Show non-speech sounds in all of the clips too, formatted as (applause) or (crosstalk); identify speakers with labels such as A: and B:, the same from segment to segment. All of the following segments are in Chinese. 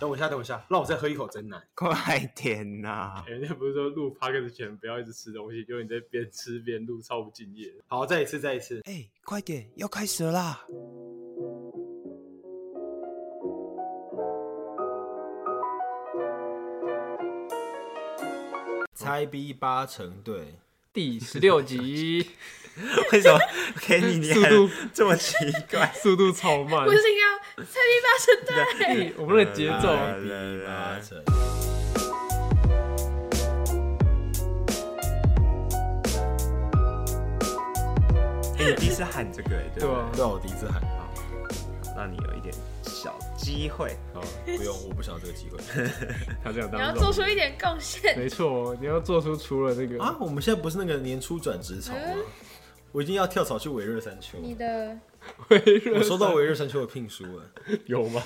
A: 等我一下，等我一下，让我再喝一口真奶。
B: 快点呐、
C: 人家不是说录 p o d c a s 前不要一直吃东西，就你在边吃边录，超不敬业的。
A: 好，再一次，再一次。
B: 哎、快点，要开始了啦！
D: 猜 B 八成对，
E: 第十六集，
B: (laughs) 为
E: (laughs)
B: 什么给你念
E: 速度
B: (laughs) 这么奇怪？
E: 速度超慢
F: 不，是要蔡明八成对，
E: 哎我们的节
A: 嗯
E: 奏
B: 来
D: 第
B: 来
D: 八
B: 来
D: 成。
B: 哎你第一次喊这个哎、对
E: 对
B: 不对？
E: 吧？
D: 对啊，我第一次喊，
B: 让你有一点小机会。
D: 好，不用，我不想要这个
A: (laughs)
D: 机会
E: 他这样
F: 你
E: 当
F: 要
E: 中
F: 做出一点贡献。
E: 没错，你要做出除了那个
D: 啊！我们现在不是那个年初转职潮吗？我已经要跳槽去维热山丘了，
F: 你的
E: 微热
D: 我收到维热山丘的聘书了。
E: 有吗？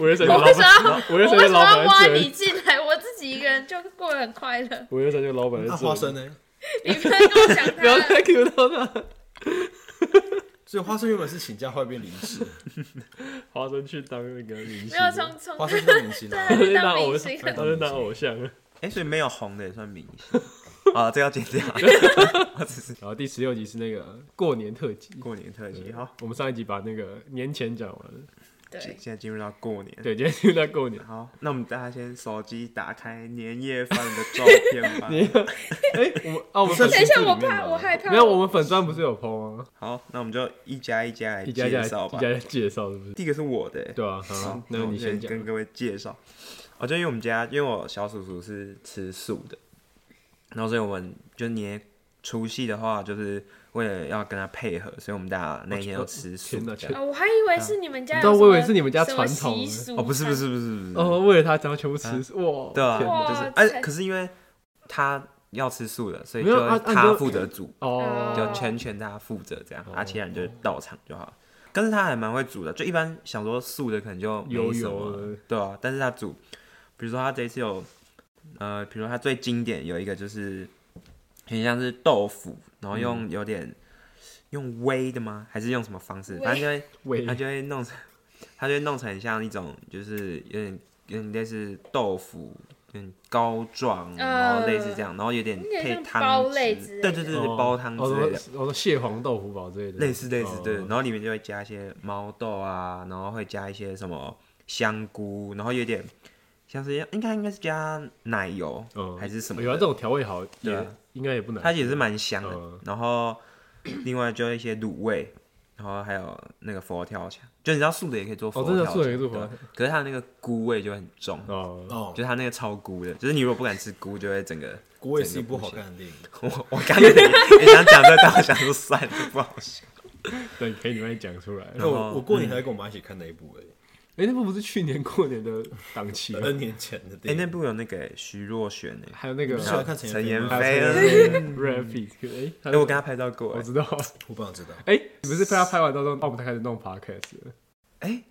E: 我热山
F: 我
E: 老
F: 为什么
E: 板
F: 要，
E: 我
F: 我为
E: 热
F: 什
E: 山老
F: 么要
E: 板
F: 挖
E: 在这，
F: 你进来？我自己一个人就过得很快
E: (laughs)
F: 乐。
E: 我热山就老板哎
D: 那、
E: 在
D: 花
E: 这
D: 生
E: 里。
D: 呢？
F: 你不要跟我讲
E: 不要
F: 他
E: 再
F: 了，
E: Q 到他，
D: 所以花生原本是请假，后来变临时，
E: 花生去当那个明星
F: 没有
E: 了，
F: 从从。
D: 花生是明星啊
E: 他
F: (laughs)
E: 去当偶
F: 明
E: 像，
F: 星啊
E: 他去当偶像啊了。
B: 哎、所以没有红的也算明星。啊，这要剪
E: (laughs)
B: 掉。我只是
E: 然后第十六集是那个过年特辑，
B: 过年特辑，好，
E: 我们上一集把那个年前讲完了，
F: 对
B: 现，在进入到过年。
E: 对，今天就在过年。
B: 好，那我们大家先手机打开年夜饭的照片
E: (laughs)
B: 吧。
E: 你哎、我们啊，我们
D: 是
E: 粉
F: 等一下，我
D: 里面
F: 怕，
D: 吗
F: 我害怕。
E: 没有，我们粉砖不是有 PO 吗？
B: 好，那我们就一家一家来
E: 一家一
B: 介
E: 家
B: 绍吧
E: 一。家一家介绍，是不是？
B: 第一个是我的、欸，
E: 对啊，
B: 好 (laughs)
E: 好，，
B: 那
E: 那
B: 我
E: 你先
B: 先
E: 讲。
B: 跟各位介绍。哦，就因为我们家，因为我小叔叔是吃素的，然后所以我们就年除夕的话，就是为了要跟他配合，所以我们大家那一天都吃素
E: 哦天哪
B: 这
E: 全
B: 样。
F: 啊，我还以为是你们家有
E: 你知
F: 什
E: 道
F: 么，
E: 我以为是你们家传统
F: 什么习俗
B: 哦，不是不是不是不是，
E: 哦，为了他，然后全部吃哇！
B: 对啊，
E: 天哪
F: 哇
B: 就是
F: 这
B: 哎，可是因为他要吃素的，所以
E: 没有
B: 就
E: 啊啊你
B: 他
E: 就
B: 负责煮，
E: 哦，
B: 就全权他负责这样，啊，其他人就是到场就好。但是他还蛮会煮的，就一般想说素的可能就没
E: 油
B: 什
E: 油
B: 么，
E: 的
B: 对啊，但是他煮，比如说他这一次有，呃，比如说他最经典有一个就是很像是豆腐，然后用有点、用煨的吗？还是用什么方式？
F: 煨
B: 反正就会
E: 味
B: 它就会弄成，它就会弄成像一种，就是有点有点类似豆腐，有点膏状，然后类似这样，然后有点
F: 呃有点
B: 配
F: 像
B: 汤
F: 包
B: 汁
F: 类之类
B: 对对
F: 的
B: 对对，
E: 哦
B: 煲汤之类的，
E: 我说蟹黄豆腐煲之类的，
B: 类似类似
E: 哦
B: 对，然后里面就会加一些毛豆啊，然后会加一些什么香菇，然后有点像是应该应该是加奶油
E: 嗯
B: 还是什么
E: 有啊，
B: 的
E: 这，种调味好
B: 对啊
E: 也应该也不难。
B: 它也是蛮香的。
E: 嗯
B: 然后另外就一些卤味，然后还有那个佛跳墙，就你知道素的也可以做佛
E: 哦
B: 跳
E: 真
B: 墙，
E: 的素的也可以做
B: 对
E: 佛跳
B: 吧可是它那个菇味就很重，
E: 哦，
D: 哦
B: 就，是它那个超菇的，就是你如果不敢吃菇，就会整个。 (laughs)
D: 我也是一部好看的电影。
B: 我我刚刚也想讲这，但我想说算了，不好笑。
E: 对，可以你们
B: (laughs)
E: 讲出来。
D: 那
B: 然后
D: 哎我我过年还跟我妈一起看那一部哎、
E: 哎，那部不是去年过年的档
A: 嗯
E: 期吗，
D: n 年前的
B: 哎、
D: 电影。
B: 那部有那个徐若瑄诶，
E: 还有那个
D: 你不喜欢看陈
B: 陈
D: 妍
B: 妍
D: 霏
E: 还
D: 吗
B: 霏
E: 有那
B: 啊，
E: (laughs) 个 Rapid，哎，他
B: 哎、
E: 那
B: 我
E: 个
B: 跟她拍照过
E: 我
B: 哎、
E: 知道。
D: 我不想知道。
E: 哎，你不是被他拍完到时候，哦我们才开
B: (laughs)
E: 始弄 podcast 了。
B: 哎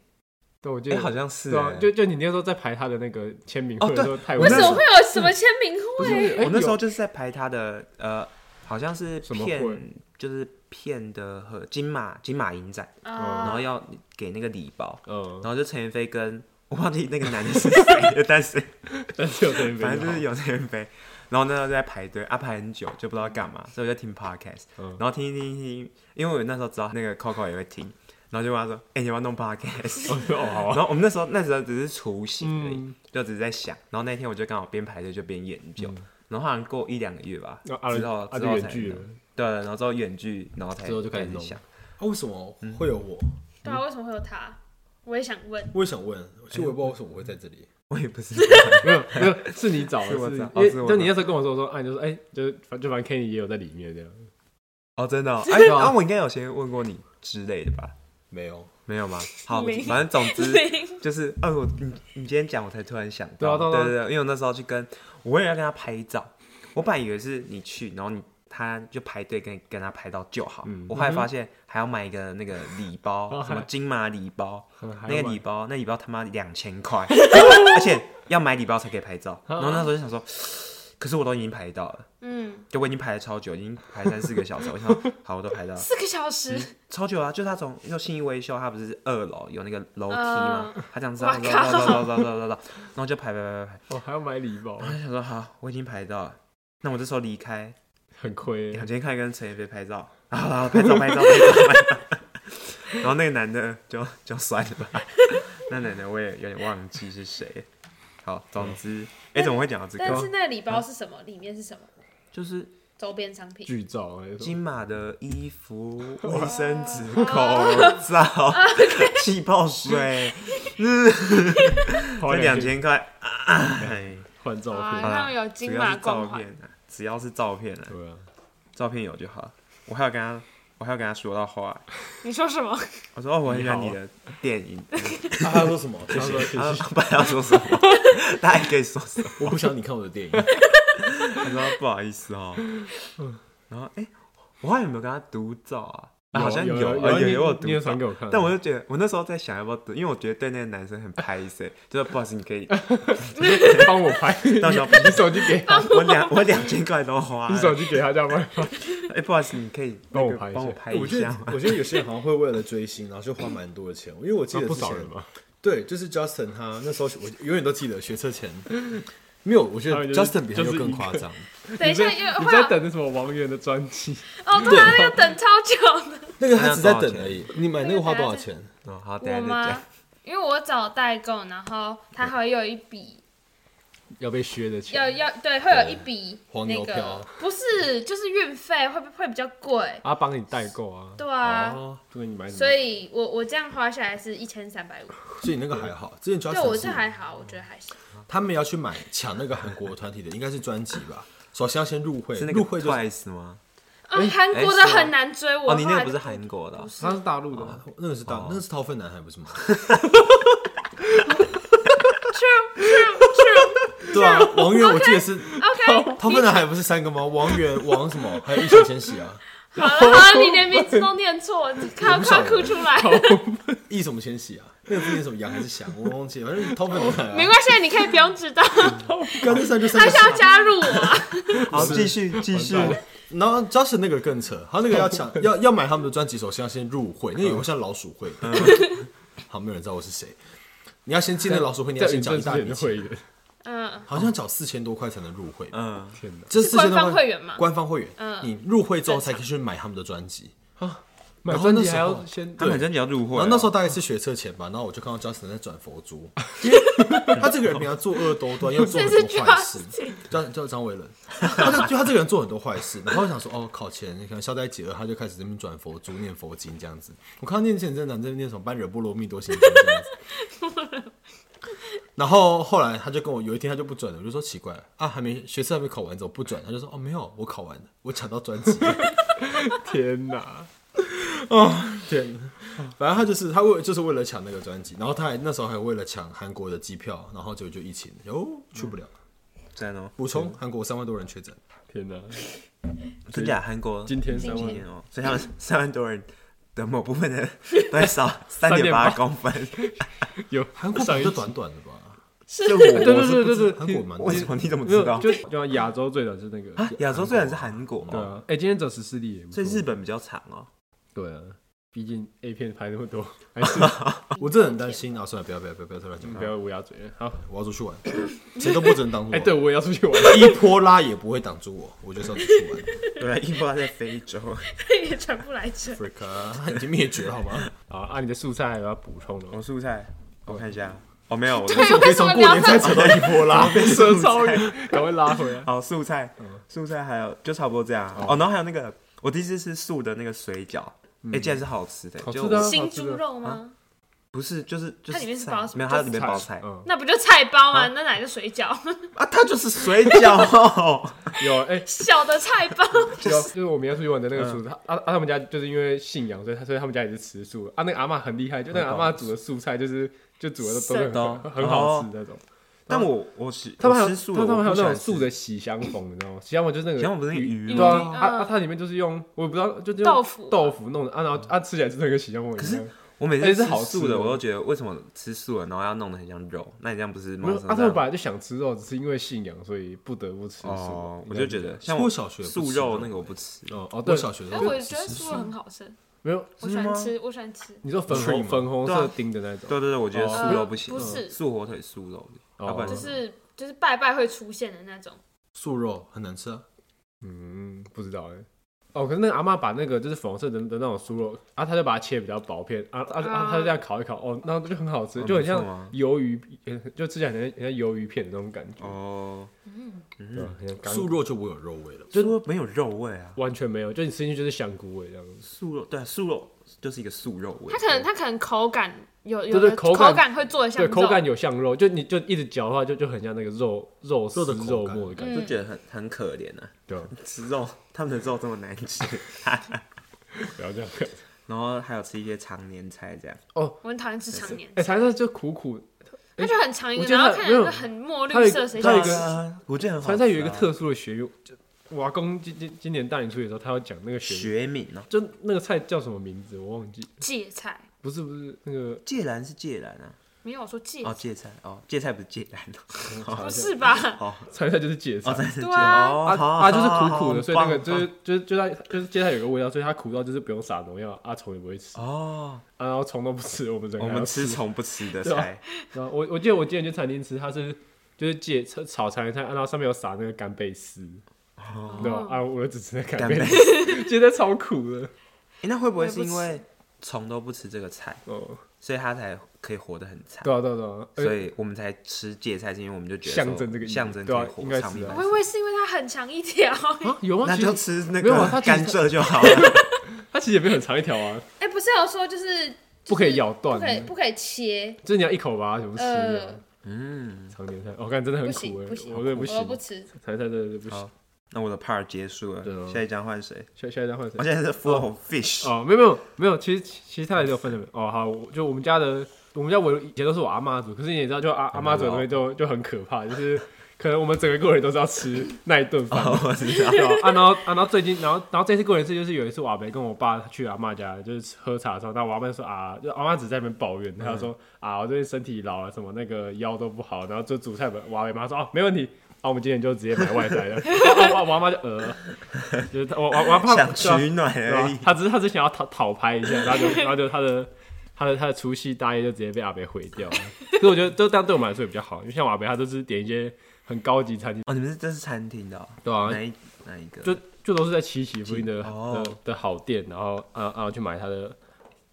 E: 对，我记
B: 哎、
E: 得
B: 好像是、
E: 对啊，
B: 哎
E: 就就你那时候在排他的那个签名会的时候，
B: 哦对
E: 太无
F: 为
E: 聊
F: 什
E: 了
F: 么会有什么签名
E: 不
F: 会？
E: 是哎
B: 我那时候
E: 有
B: 就是在排他的呃，好像是
E: 什么会
B: 骗，就是骗的和金马金马影展，然后
F: 啊，
B: 要给那个礼包，
E: 嗯
B: 然，后就陈妍霏跟我忘记那个男的是谁了，
E: (laughs)
B: 但是
E: 但是有这一杯
B: 反正就是有陈妍霏。然后那时候在排队，啊排很久就不知道干嘛，所以我就听 podcast，、
E: 嗯
B: 然后听一听一听，因为我那时候知道那个 Coco 也会听，然后就问他说：“哎、你要不要弄 podcast？”
E: 哦哦好啊，
B: 然后我们那时候那时候只是雏形而已，
E: 嗯
B: 就只是在想。然后那天我就刚好边排队就边研究，然后好像过一两个月吧，
E: 那阿伦
B: 之后
E: 阿
B: 之
E: 啊就
B: 后
E: 远
B: 才
E: 距了
B: 弄，对，然后之后远距，然后才
E: 之后就开
B: 开
E: 始
B: 始
E: 弄
B: 想。 (laughs)
D: 啊，为什么会有
A: 嗯
D: 我？
F: 对啊，为什么会有他？我也想问，
D: 我也想问，其实我也不知道为什么我会在这里。
B: 我也不是，
E: 没有没有是你找的，
B: 是我
E: (laughs) 是
B: 找
E: 因为
B: 哦是我
E: 就
B: 找
E: 你那时候跟我说说，哎，你就说哎，就反就反正 Kenny 也有在里面这样，
B: 哦，真的哦，哎，
E: 啊
B: 啊，我应该有先问过你之类的吧？
D: 没有，
B: 没有吗？好
F: 没，
B: 反正总之
E: 嗯
F: 零
B: 就是，哦，我你你今天讲，我才突然想
E: 对啊
B: 到，
E: 对啊
B: 对
E: 对啊
B: 对，因为我那时候去跟，我为了要跟他拍照，我本来以为是你去，然后你他就排队跟跟他拍照就好，
E: 嗯
B: 我后来发现还要买一个那个礼
E: (laughs)
B: 包，
E: 哦
B: 什么金马礼包，
E: 哎
B: 那个礼包那礼包他妈两千
E: (laughs)
B: 块，
E: 嗯
B: 而且要买礼包才可以拍照，然后那时候就想说，可是我都已经拍到了，
F: (laughs) 嗯，
B: 就我已经排了超久，已经排三四个小时，我想说好我都排到了
F: 四个小时，
E: 嗯
B: 超久啊！就是他从就信义威秀，他不是二楼有那个楼梯吗？他这样子
F: 哇
B: 绕绕绕绕绕绕绕绕，然后就排排排排排，
E: (laughs) 哦，还要买礼包，
B: 然后就想说好，我已经排到了，那我这时候离开，
E: 很亏
B: 我
E: 耶。
B: 今天看一个人陈妍霏拍照，啊，好啦拍照拍照拍照，拍照然后那个男的就就算了吧，那男的我也有点忘记是谁。好，总之，哎、怎么会讲到这
F: 但是
B: 个？
F: 那个礼
E: 嗯
F: 包是什么？里面是什么？
B: 就是
F: 周边商品。
E: 剧照那种，
B: 金马的衣服、卫生纸、口罩、气泡水，
E: 花
B: 这两千块， (laughs) 哎，
E: 换照 (laughs)
F: 啊，
E: 片，
B: 啦
F: 他们有金
B: 主要
F: 马
B: 是照
F: 光环，
B: 片啊，只要是照片啊，
E: 对啊，
B: 照片有就好。我还要跟他，我还要跟他说到话，
F: 你说什么？
B: 我说哦，我很喜欢你的电 (laughs) 影，
D: 啊他说什 (laughs) 么？谢
E: 他
D: 谢
E: 说，谢
B: 啊
E: 谢，
B: 不然要说什么， (laughs) 他还可以说什么？
D: 我不想你看我的电影。
B: 他说不好意思哦，然后哎、我好像有没有跟他独照啊？啊好像
E: 有
B: 有啊有
E: 有你
B: 我有啊
E: 你
B: 独
E: 有
B: 照
E: 传给我看，
B: 但我就觉得，我那时候在想要不要读，因为我觉得对那个男生很拍谁，就是不好意思，你可 (laughs) 以，
E: 帮我拍，
B: 到 (laughs) 时候
E: 你手机给 (laughs) 他，
B: 我两我两千块都花
E: 你手
B: 了，
E: 机给他，这样帮你拍。
B: 哎、不好意思，你可以那
E: 帮我
B: 个
E: 拍一
B: 帮我
E: 下
B: 拍一
D: 哎我觉
B: 下
D: 得
B: 吗？
D: 我觉得有些人好像会为了追星，然后就花蛮多的钱。因为我记得
E: (laughs) 啊不
D: 之前
E: 少人吧，
D: 对，就是 Justin 他那时候我永远都记得学车前 (laughs) 没有，我觉
E: 他
D: 得
E: 们就是
D: Justin 比他
E: 就
D: 又
E: 是
D: 更
E: 一个
D: 夸张。
F: (laughs) 等一
E: 你
F: 下，
E: 在
F: 又
E: 你
F: 会有啊
E: 在等那什么王源的专辑？
F: 哦，对啊，那个等超久的。
D: 那个他只在等而已。你买那个花多少钱？
B: 哦，好，等一下
F: 我
B: 再讲
F: 吗。？因为我找代购，然后他还会有一笔，
E: (laughs) 要被削的
F: 要
E: 钱，
F: 要对，会有一笔
D: 黄
F: 那
D: 牛票
F: 个不是，就是运费会会比较贵，
E: 他帮你代购啊，
F: 对啊，
E: 哦，不然你买什么？
F: 所以我我这样花下来是一千三百五，
D: 所以那个还好。之前
F: 对我
D: Justin
F: 这
D: 是
F: 还好，我觉得还行。
D: 他们要去买抢那个韩国团体的，应该是专辑吧。首先要先入会，
B: 是那个
D: 入会就是
B: Twice 吗？
F: 啊，韩国的很难追我。
B: 哦，你那
F: 后
B: 个
F: 来
B: 不
F: 就是
B: 韩国的哦、
F: 不是
E: 他是大陆的，
D: 那个是大，那个是掏粪男孩不是吗？
F: true true true
D: 对啊，王源我记得是 (laughs)
F: OK，
D: 掏粪男孩不是三个吗？王源、王什么，还有易烊千玺啊，
F: 好了好了，你连名字都念错，快快哭出来。
D: 易什么千玺啊？ (laughs) 那个字念什么杨还是翔？我忘记了，反正掏粪男孩
F: 没
D: 啊。
F: 关系，你可以不用知道，
D: 刚才三就三
F: 他
D: 个
F: 是
D: 字
F: 要加入我啊。
B: 好，继续继续。
D: 然后 Justin 那个更扯，他那个要
E: (laughs)
D: 抢要要买他们的专辑，首先要先入会，那有个像老鼠会， (laughs) 好，没有人知道我是谁。你要先进那老鼠会，你要
E: 在
D: 先
E: 云
D: 缴
E: 正
D: 一
E: 之
D: 大
E: 前
D: 笔
E: 就
D: 钱，
E: 会员，
F: 嗯，
D: 好像缴四千多块才能入会，
B: 嗯，
E: 天哪，
D: 这
F: 是
D: 四千多
F: 官方会员吗
D: 官方会员，
F: 嗯
D: 你入会之后才可以去买他们的专辑。
E: 买
D: 然后
E: 专
D: 那
E: 辑
D: 时候
E: 还要先
B: 他
E: 对啊
B: 们真的要入会、
D: 然
B: 哦
D: 后。那时候大概是学车前吧，然后我就看到 Justin 在转佛珠，因为他这个人平常作恶多端，又做
F: 这
D: 很
F: 是
D: 多坏事
F: Justin。
D: 张叫张伟伦， (laughs) 他就就他这个人做很多坏事，然后我想说哦，考前可能消灾解厄，他就开始这边转佛珠、念佛经这样子。我看到念前真南这边念什么般若波罗蜜多心经这样子。然后后来他就跟我有一天他就不转了，我就说奇怪啊，还没学测还没考完，怎么不转？他就说哦没有，我考完了，我抢到专辑。
E: (laughs) 天哪，
D: 天哪， (laughs) 反正他就是他为就是为了抢那个专辑，然后他还那时候还为了抢韩国的机票，然后结果就疫情，哦，去不了。
B: 真的哦，
D: 补充，韩国三万多人确诊，
E: 天哪，
B: 真假韩国
E: 今天三
B: 今
E: 万
B: 年哦，所以他们 (laughs) 三万多人的某部分的都在少三点八
E: 3.8
B: 公分，
E: 有
D: 韩国
E: 上
D: 本来
E: 一
D: 就
E: 集
D: 短短的吧？
E: 对对对对对，
D: 韩国蛮
B: 为什么你怎么
E: 没
B: 知
E: 有
B: 道？
E: 就就啊亚洲最短是那个，
B: 啊，亚洲虽然是韩国
E: 对
B: 嘛，
E: 啊，哎，今天走十四例也不
B: 所
E: 错，
B: 以日本比较长哦。
E: 对啊，毕竟 A 片拍那么多，还是
D: 我真的很担心啊！算了，不要不要不要不要再乱讲
E: 不
D: 话，
E: 要乌鸦嘴了。好，
D: 我要出去玩， (laughs) 谁都不准挡住我。
E: 哎，对，我也要出去玩。
D: 一波拉也不会挡住我，我就是要出去玩。
B: 对啊，英国在非洲，
F: 也全部来
E: (laughs)
F: 这。
D: Africa 已经灭绝了好吗？
E: 好啊，你的素菜还有要补充的吗
B: 我？哦蔬菜，我看一下，哦没有，我
F: 对，为什
D: 从
F: 么你
D: 过
F: 要
D: 年才扯
F: 分？
D: 到一波
B: (laughs)
D: 拉，
E: 射超远，赶快拉回来。
B: 好哦素菜，
E: 嗯
B: 素菜还有就差不多这样啊哦，然后还有那个我第一次吃素的那个水饺，哎，竟然是好吃的，
E: 嗯好吃
B: 就
E: 的啊
F: 新猪肉吗？
B: 不是就是就是
F: 它里面是
B: 菜
F: 包什么
B: 没有，它里面包菜
E: 嗯，
F: 那不就菜包吗？那哪是水饺？ (laughs)
B: 啊，它就是水
E: (laughs)
B: 饺，
E: (laughs) 有哎，
F: 小的菜
E: (laughs)
F: 包，
E: 有，就是我们要出去玩的那个叔叔，他啊啊，他们家就是因为信仰，所以他所以他们家也是吃素啊。那个阿嬷很厉害，就那个阿嬷煮的素菜，就是就煮的都是
B: 都
E: 很很好吃那种。
B: 但我我吃
E: 他们还
B: 我
E: 有
B: 吃素
E: 他
B: 的，
E: 们他们还
B: 我不
E: 有
B: 喜
E: 那
B: 欢
E: 种素的喜相逢，你知道吗？喜相逢就是那个
B: 喜相逢不是那个鱼吗
E: 对啊
F: 嗯，
E: 啊啊，它里面就是用我也不知道，就是用
F: 豆腐
E: 豆腐弄的啊，然后啊吃起来真的跟喜相逢
B: 可
E: 一
B: 是
E: 样。
B: 我每
E: 而且
B: 次
E: 是
B: 吃
E: 好
B: 素
E: 吃
B: 的，
E: 的
B: 我都觉得为什么吃素了，然后要弄得很像肉？那你这样不是
E: 没
B: 马
E: 有，
B: 上
E: 啊，他
B: 这
E: 们
B: 样？
E: 本来就想吃肉，只是因为信仰，所以不得不吃素。
B: 哦，
E: 应
B: 我
E: 该
B: 就觉
E: 是
B: 得像
D: 我
B: 我
D: 小学不
B: 素
D: 吃
B: 肉
E: 啊
D: 肉
B: 那个我不吃，
D: 哦
E: 哦
D: 我
E: 对
D: 小学的时
F: 哎，
D: 候
F: 我
D: 就
F: 觉得
D: 吃
F: 素
D: 素
F: 很好吃，
E: 没有。
F: 我喜欢吃，我喜欢吃。
E: 你说粉
D: Tree
E: 红
D: 吗
E: 粉红
B: 对
E: 色
B: 啊
E: 丁的那种，
B: 对对对，我觉得
F: 呃
B: 素肉不行
F: 不，是，
B: 素火腿、素肉的，
E: 哦
B: 要不然
F: 就
E: 就是
F: 就是拜拜会出现的那种。
D: 素肉很难吃啊，
E: 嗯，不知道哎、哦，可是那个阿妈把那个就是粉红色的的那种酥肉，啊，她就把它切比较薄片，啊啊啊，
F: 啊
E: 她就这样烤一烤，哦，那就很好吃，
B: 哦
E: 就很
B: 不错
E: 像
B: 啊
E: 鱿鱼，就吃起来很像很像鱿鱼片的那种感觉，
B: 哦，
E: 对吧？很像干
D: 素肉就不会有肉味了。
B: 就说没有肉味啊，
E: 完全没有，就你吃进去就是香菇味这样子。
B: 素肉对啊素肉就是一个素肉味
F: 它，可能它可能口感有有
E: 对对
F: 的
E: 口
F: 口
E: 感
F: 感会做的像
E: 对，
F: 肉
E: 口感有像肉，就你就一直嚼的话，就就很像那个肉肉丝
D: 肉的口
E: 肉
D: 感
E: 末的感觉，
B: 就觉得很很可怜啊，
E: 对吧？
B: 吃肉他们的肉这么难 (laughs) 吃，
E: 不要这样。
B: 然后还有吃一些常年菜这样，
F: 我很讨厌吃常年，
E: 哎，才是就苦苦，
F: 它就很长一个，
E: 我觉得
F: 然
E: 它
F: 后看起
E: 没
F: 来
E: 有
F: 就很墨
E: 它有
F: 绿
E: 一
F: 色，
E: 个
F: 谁
E: 它有
F: 想
E: 一个
F: 吃？
B: 啊，我记得很好吃
E: 才
B: 啊，
E: 是有一个特殊的学用，就我阿公今今今年带你出去的时候，他要讲那个学
B: 学名哦，
E: 就那个菜叫什么名字我忘记，
F: 芥菜
E: 不是不是那个
B: 芥兰是芥兰啊，
F: 没有，我说芥
B: 哦芥菜哦芥菜不是芥兰哦，
F: 不是吧？
E: 菜菜就是芥菜。
B: 哦真的是芥
F: 对啊
B: 哦
E: 啊
B: 好
E: 啊，就是
B: 好
E: 苦
B: 好
E: 苦的，
B: 好
E: 所以那个
B: 棒
E: 就是就是就是它就是芥菜有个味道，所以它苦到就是不用撒农药，啊虫也不会吃，啊
B: 哦，
E: 然后虫都不吃，我们整个
B: 我
E: 还要
B: 们吃。啊虫不吃的菜，
E: 然后我我记得我今天去餐厅吃，它是就是芥炒炒长叶菜，啊然后上面有撒那个干贝丝，对吧？啊，我就只吃那干
B: 哦干
E: 贝
B: 贝
E: 丝，觉得超苦的。
B: 诶那会不
F: 我
B: 会
F: 也
B: 是
F: 不
B: 因为虫都不吃这个菜，
E: 哦，
B: 所以它才可以活得很惨？
E: 对啊对啊对啊，而且
B: 所以我们才吃芥菜，是因为我们就觉得
E: 象
B: 说
E: 征这个意义
B: 象征
E: 对啊
B: 可以
E: 应
B: 活
E: 该
B: 长
E: 是
B: 命
E: 啊
B: 百
F: 我以为是因为它很长一条，
E: 啊有吗？
B: 那
E: 其实
B: 就吃那
E: 没有啊
B: 个
E: 它其实
B: 甘蔗就好了。
E: 它其实也没有很长一条啊，
F: (laughs) 哎，不是有说就是
E: 不可以咬断
F: 不可以不可以切，
E: 就是你要一口把它全部吃掉
F: 呃。
B: 嗯，
E: 常年菜，我看真的很
F: 不
E: 苦
F: 行
E: 哎
F: 不，行，
E: 我真的不
F: 我
E: 行，
F: 不吃。
E: 常年菜真的不行
B: 好。那我的 part 结束
E: 对啊
B: 了，下一张换谁？
E: 下下一张换谁
B: 我？现在是 full of fish。
E: 哦，没有没有没有，其实其实他也有分的哦。好，我就我们家的，我们家我以前都是我阿妈煮，可是你也知道，就阿阿妈煮的东西就就很可怕，就是可能我们整个过年都是要吃那一顿饭。
B: (laughs) 哦，我知道。
E: 对啊啊，然后啊，然后最近，然后然后这次过年是就是有一次我阿伯跟我爸去阿妈家，就是喝茶的时候，那我阿妈说啊，就阿妈只在那边抱怨，她说、啊，我最近身体老了，什么那个腰都不好，然后就煮菜本，我阿伯妈说哦、没问题。啊，我们今天就直接买外带了。 (laughs) 我我阿妈就呃，就是她我我我阿妈
B: 想取暖
E: 哦对啊
B: 而
E: 吧
B: 已？。
E: 他只是他只想要讨讨拍一下，然后就然后就他的他的他的除夕大业就直接被阿北毁掉了。所以我觉得就这样对我们来说也比较好，因为像我阿北他都是点一些很高级餐厅，
B: 哦，你们是这是餐厅的哦，
E: 对啊
B: 哪一哪一个？
E: 就就都是在七喜附近的
B: 哦
E: 的的好店，然后啊啊去买他的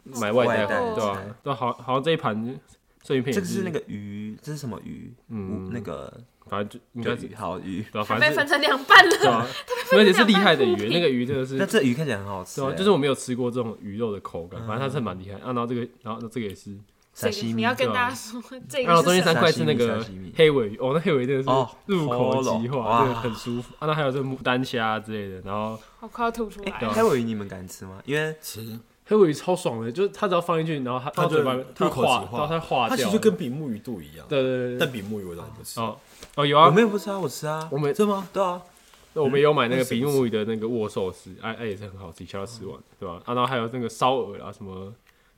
E: 买外带
B: 外带
E: 回，
B: 的
E: 对吧
B: 菜？
E: 对，好好像这一盘生鱼片
B: 这
E: 也
B: 个
E: 是
B: 是那，个鱼，这是什么鱼？
E: 嗯
B: 嗯，那个
E: 反正就应该
B: 叫
E: 是
B: 鱼，好鱼。
E: 对吧？
F: 它
E: 反
F: 被
E: 正
F: 分
E: 是
F: 成两半
E: 对
F: 了，
E: 吧？而且是厉害的
F: 两
E: 鱼，
F: 半
E: 那个鱼真的是
B: 那这鱼看起来很好吃
E: 对啊，
B: 欸，
E: 就是我没有吃过这种鱼肉的口感，反正
B: 嗯
E: 它是蛮厉害。啊，然后这个，然后这个也是，
F: 这
B: 沙
F: 个
B: 西米
F: 你要跟
E: 对啊
F: 大
E: (laughs)
F: 家说，这
E: 然后
F: 个
E: 中间
F: 是什
E: 三
F: 么？
E: 块是那
B: 沙
E: 个
B: 西米
E: 黑尾鱼，哦，那黑尾鱼真的
B: 哦
E: 是入口即
B: 喉咙
E: 化，
B: 哇
E: 真的很舒服。啊，那还有这牡丹虾之类的，然后
F: 我快要吐出来
E: 对啊
F: 了。
B: 黑尾鱼你们敢吃吗？因为
D: 吃
E: 黑尾鱼超爽的，就是它只要放进去，然后它
D: 它
E: 到嘴巴
D: 就
E: 它
D: 入口
E: 化
D: 即，化
E: 到它化
D: 它其
E: 掉
D: 实
E: 了。
D: 就跟比目鱼肚一样，
E: 对对对对
D: 但比目鱼我当然不吃
E: 对，。哦哦有
B: 我
E: 啊，
B: 没有不吃啊，我吃啊，
E: 我们
D: 真的吗？
B: 对啊，
E: 我们有买那个
D: 为什么
E: 比目鱼的那个握寿司，哎哎也是很好吃，一下就吃完，对吧？啊，然后还有那个烧鹅啊，什么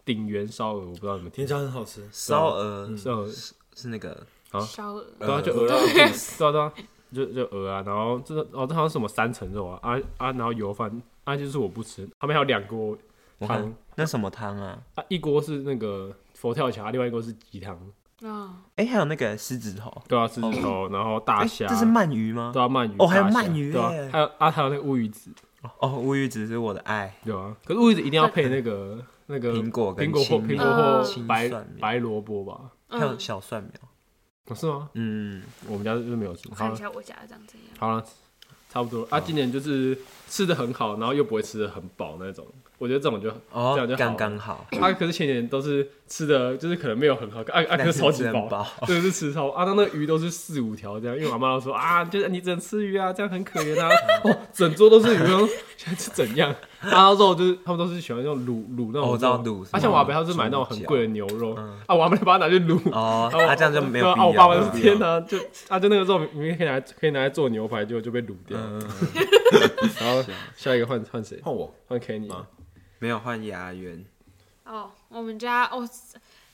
E: 鼎元烧鹅，我不知道你们
D: 甜
E: 听。
D: 椒很好吃，
B: 烧鹅
E: 烧鹅
B: 是那个
F: 烧鹅，
B: 呃
E: 嗯对啊，就鹅啊，对啊对啊，就就鹅啊，然后这哦，这好像是什么三层肉啊，啊啊，然后油饭，啊就是我不吃，他们还有两锅
B: 我
E: 汤
B: 看那什么汤啊？
E: 啊，一锅是那个佛跳墙，另外一锅是鸡汤，
F: 啊，
B: 哎，还有那个狮子头，
E: 对啊，狮子头，然后大
B: 哎，
E: 虾，
B: 这是鳗鱼吗？
E: 对啊，鳗鱼，
B: 哦还有
E: 大虾
B: 鳗鱼
E: 对啊，
B: 耶
E: 还有啊，还有那个乌鱼子，
B: 哦，乌鱼子是我的爱，
E: 对啊，可是乌鱼子一定要配那个那个
B: 苹果跟
E: 呃苹果或
B: 青
E: 苹
B: 米
E: 果或
B: 青
E: 白
B: 蒜米
E: 白萝卜吧？
B: 还有
F: 哦嗯，
B: 小蒜苗，
E: 哦是吗？
B: 嗯，
E: 我们家就是没有吃，
F: 我
E: 好
F: 看一
E: 了
F: 下我家长怎样。
E: 好了，差不多了啊。今年就是吃的很好，然后又不会吃的很饱那种。我觉得这种就
B: 哦
E: 这样就，好了
B: 刚刚
E: (laughs)
B: 好，
E: 啊，可是前年都是吃的，就是可能没有很好，啊啊，可
B: 但
E: 是超级
B: 吃很
E: 饱， (laughs)
B: 饱，
E: 真的是吃超啊，那那个鱼都是四五条这样，因为我妈都说啊，就是你只能吃鱼啊，这样很可
B: (laughs)
E: 怜啊，哦，整桌都是鱼，我说现在 (laughs) 是怎样？啊，肉就是他们都是喜欢用卤卤那种肉，
B: 哦我知道卤
E: 啊，
B: 什
E: 像
B: 么
E: 我阿伯他是买那种很贵的牛肉，
B: 嗯
E: 啊，我阿伯就把它拿去卤，
B: 哦，
E: 我
B: 那这样就没有
E: 对
B: 必
E: 啊，
B: 要
E: 我爸爸就
B: 了
E: 是天哪，就啊，就那个肉明明可以拿来可以拿来做牛排，结果就被卤掉，
B: 嗯，
E: (laughs)
B: 啊哦
E: 然后下一个换换谁？
D: 换我
E: 换 Kenny，
D: 啊
B: 没有换牙缘，
F: 哦，我们家哦，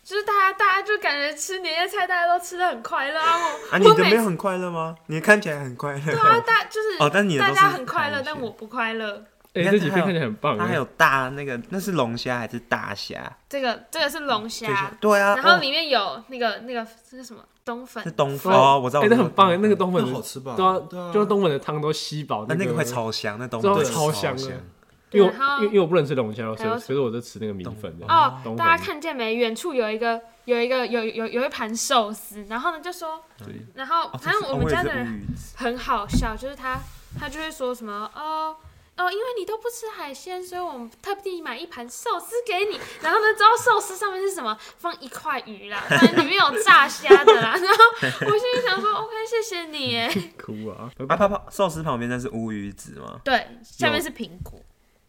F: 就是大家大家就感觉吃年夜菜，大家都吃的很快乐啊。
B: (laughs)
F: 我、
B: 啊，你
F: 我
B: 的
F: 每
B: 没有
F: 次
B: 很快乐吗？你看起来很快
F: 对啊，
B: 乐，
E: (laughs)
F: 大就是
B: 哦但你的
F: 大
B: 都
F: 家
B: 是
F: 很快乐
B: 海，
F: 但
B: 鲜
F: 我不快乐。
E: 哎、
B: 看
E: 这几
B: 它
E: 片
B: 有
E: 看起来很棒，哎
B: 它还有大那个那是龙虾还是大虾？
F: 这个这个是龙虾，
B: 对对啊，
F: 然后
B: 哦
F: 里面有那个那个这是什么冬粉
B: 是？东粉
E: 哎
B: 哦，我知道，
E: 哎、
B: 我
E: 那
B: 知道
E: 很棒哎，
B: 东
E: 那
B: 粉
E: 个冬粉
D: 那好吃吧
E: 对啊，
D: 对啊
E: 就是冬粉的汤都吸饱，
B: 啊那那个
E: 个
B: 会，超香，那东
E: 对啊
B: 粉
E: 超香
D: 香
E: 的
D: 香
E: 因为我
F: 对然后
E: 因为因为我不能吃龙虾，所
F: 还有
E: 以所以我就吃那个米粉的
F: 哦
E: 冬，粉
F: 大家看见没？远处有一个有一个有有有一盘寿司，然后呢就说，然后
B: 哦这
F: 反正
B: 是
F: 啊我
B: 哦
F: 们
B: 也
F: 家
B: 是
F: 的人
B: 乌鱼子
F: 很好笑，就是他他就会说什么哦。哦，因为你都不吃海鲜，所以我们特地买一盘寿司给你。然后呢，知道寿司上面是什么？放一块鱼啦，反正里面有炸虾的啦。然 (laughs) 后我心里想说，OK，谢谢你耶。
E: 哭啊，
B: 啊，泡泡寿司旁边那是乌鱼子吗？
F: 对，下面是苹果。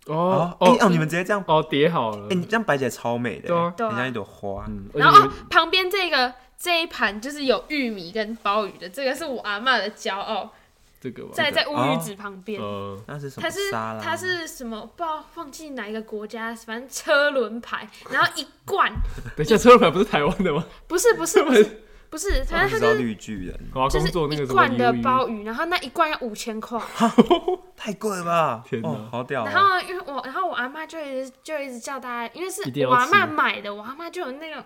E: 哦
B: 哦，哎
E: 哦
B: 哦，你们直接这样，
E: 哦，叠好了
B: 哎，，你这样摆起来超美的欸
E: 对啊，
F: 对啊
B: 很像一朵花。
E: 嗯而且
F: 然
E: 你
F: 后、
E: 们
F: 哦、旁边这个这一盘就是有玉米跟鲍鱼的，这个是我阿嬷的骄傲，
E: 这个吧，
F: 在在乌
B: 哦
F: 鱼子旁边。
E: 呃，
B: 那是什
F: 它
B: 么
F: 是
B: 沙拉？
F: 它是什么？不知道忘记哪一个国家，反正车轮牌，然后一罐，
E: 等一下，车轮牌不是台湾的吗？
F: 不是不是不
E: (laughs)
F: 是不是，反
E: 哦
B: 我只知
F: 正它
B: 道
F: 就是
B: 绿巨人，
E: 我要
F: 就
E: 工
F: 是
E: 作那个
F: 一
E: 什么
F: 罐的
E: 鱿鱼
F: 鲍鱼，然后那一罐要五千块，
B: 太贵了吧？
E: 天哪
B: 哦，好屌
F: 然
B: 哦！
F: 后因为我，然后我阿妈就一直就一直叫大家，因为是
E: 一定要
F: 我阿
E: 吃
F: 妈买的，我阿妈就有
E: (laughs)
F: 那种，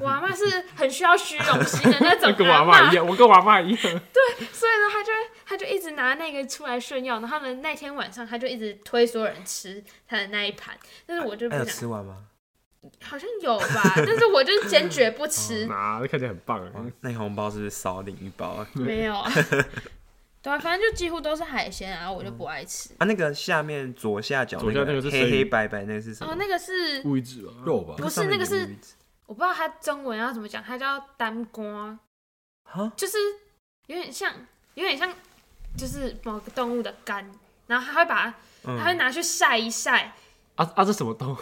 F: 我阿妈是很需要虚荣心的那种
E: 跟我阿
F: 嬷
E: 妈一样，我跟我阿妈一样， (laughs)
F: 所以呢，他就会他就一直拿那个出来炫耀，然后呢，那天晚上他就一直推所有人吃他的那一盘，但是我就不
B: 还哎
E: 哎
B: 有
F: 想，
B: 吃完
E: 嗯
B: 吗？
F: 好像有吧， (laughs) 但是我就坚决不吃，
E: 啊，看起来很棒啊
B: 哇，那你红包是不是少领一包啊？
F: 没有， (laughs) 对啊，反正就几乎都是海鲜啊，我就不爱吃。
B: 啊，那个下面左下角
E: 左下那个是
B: 黑
E: 谁
B: 黑白白那个是什
F: 哦
B: 么，？
F: 那个是
E: 乌鱼子吧，
D: 肉吧
F: 不是
B: 上面
F: 那个
B: 有
F: 是
B: 鱼子
F: 我不知道它中文要怎么讲，它叫单瓜，
B: 啊？
F: 就是有点像，有点像，就是某个动物的肝，然后他会把它，他会
B: 嗯，
F: 拿去晒一晒，
E: (laughs) 啊啊，这什么动物？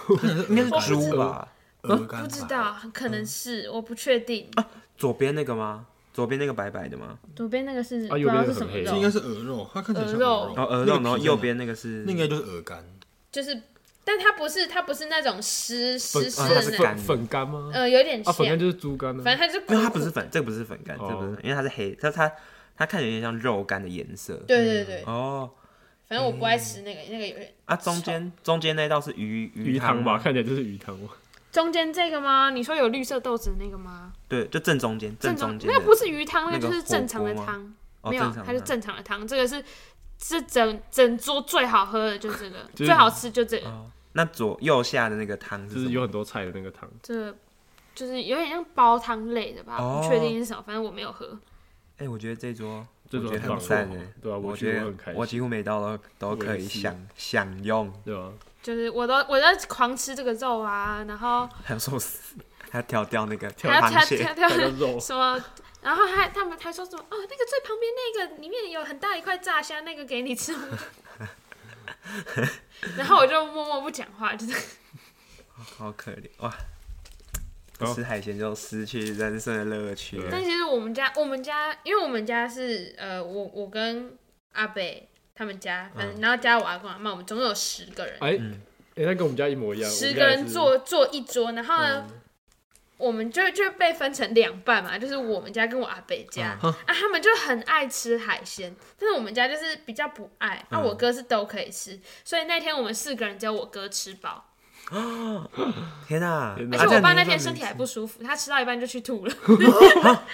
B: 应该是猪吧？
D: 鹅肝吧
F: 不知，道，可能是，我不确定。
B: 左边那个吗？左边那个白白的吗？
F: 左边那个是
E: 啊
F: 不知
E: 右边
F: 道
E: 那个
F: 是什么
E: 很黑
D: 这
F: 肉
D: 应，该是鹅肉，它看起来像
F: 鹅肉
E: 哦
B: 然哦后鹅肉，然
D: 那
B: 后
D: 个皮啊
B: 右呃边那个是
D: 那应该就是鹅肝，
F: 就是，但它不是，它不是那种湿湿湿
E: 粉
B: 啊它
F: 的
B: 是
F: 那
B: 干
F: 种，
E: 粉粉干吗？
F: 呃，有点
E: 啊，
F: 像，
E: 粉干就是猪肝
F: 反正
E: 啊，
F: 它就是苦
B: 没有，它不是
F: 苦，
B: 粉，这个不是粉干，这
E: 哦
B: 个不是粉，因为它是黑，它它它看起来有点像肉干的颜色。
F: 对对对，
B: 哦，
F: 反正我不爱吃那个，那个有点。
B: 啊，中间中间那道是鱼
E: 鱼
B: 汤
E: 汤吧，
B: 吗？
E: 看起来就是鱼汤嘛，
F: 中间这个吗？你说有绿色豆子的那个吗？
B: 对，就正中间，正中
F: 中
B: 间的
F: 那个不是鱼汤，
B: 那
F: 个
B: 个
F: 就是正常的
B: 火锅吗
F: 汤，
B: 哦
F: 没有啊
B: 正，常
F: 它是
B: 的
F: 正常的汤。这个是是整整桌最好喝的，就
B: (laughs)
F: 这个，
E: 就是
F: 最好吃就这个，
B: 哦，那左右下的那个汤
E: 就是是
B: 什
E: 有
B: 么？
E: 很多菜的那个汤。
F: 这个就是有点像煲汤类的吧，
B: 哦
F: 不确定是什么，反正我没有喝。
B: 哎，我觉得这桌
E: 这
B: 我
E: 桌
B: 觉
E: 很
B: 得
E: 棒
B: 很赞哎，
E: 对啊我
B: 我
E: 觉得
B: 觉
E: 我
B: 得
E: 很开
B: 我
E: 心
B: 几乎每道都都可
E: 我也
B: 以
E: 是
B: 享享用，
E: 对 (laughs) 吧？
F: 就是我都我在狂吃这个肉啊，
B: (laughs)
F: 然后
B: 还有寿司，还要挑掉那个
F: 还要
B: 螃
F: 挑
B: 蟹
F: 挑，挑
E: 还
B: (laughs)
E: 有肉 (laughs)
F: 什么，然后还他们还说什么哦，那个最旁边那个里面有很大一块炸虾，那个给你吃。 (laughs) 然后我就默默不讲话，就是
B: 好可怜
E: 哦
B: 哇！
E: 好
B: 吃海鲜就失去人生的乐趣了。
F: 但其实我们家，我们家，因为我们家是呃，我我跟阿北他们家，反正、然后加我阿公阿妈，我们总共有十个人，
E: 哎哎，那跟我们家一模一样，
F: 十个人
E: 做
F: 坐坐一桌，然后呢，
B: 嗯
F: 我们就就被分成两半嘛，就是我们家跟我阿北家、啊，他们就很爱吃海鲜，但是我们家就是比较不爱，
B: 嗯
F: 那、啊、我哥是都可以吃，所以那天我们四个人只有我哥吃饱，
B: 天哪！
E: 天哪
F: 而
B: 啊
F: 且我爸那天身体还不舒服，他吃到一半就
B: (laughs)
F: 去吐了，因为我爸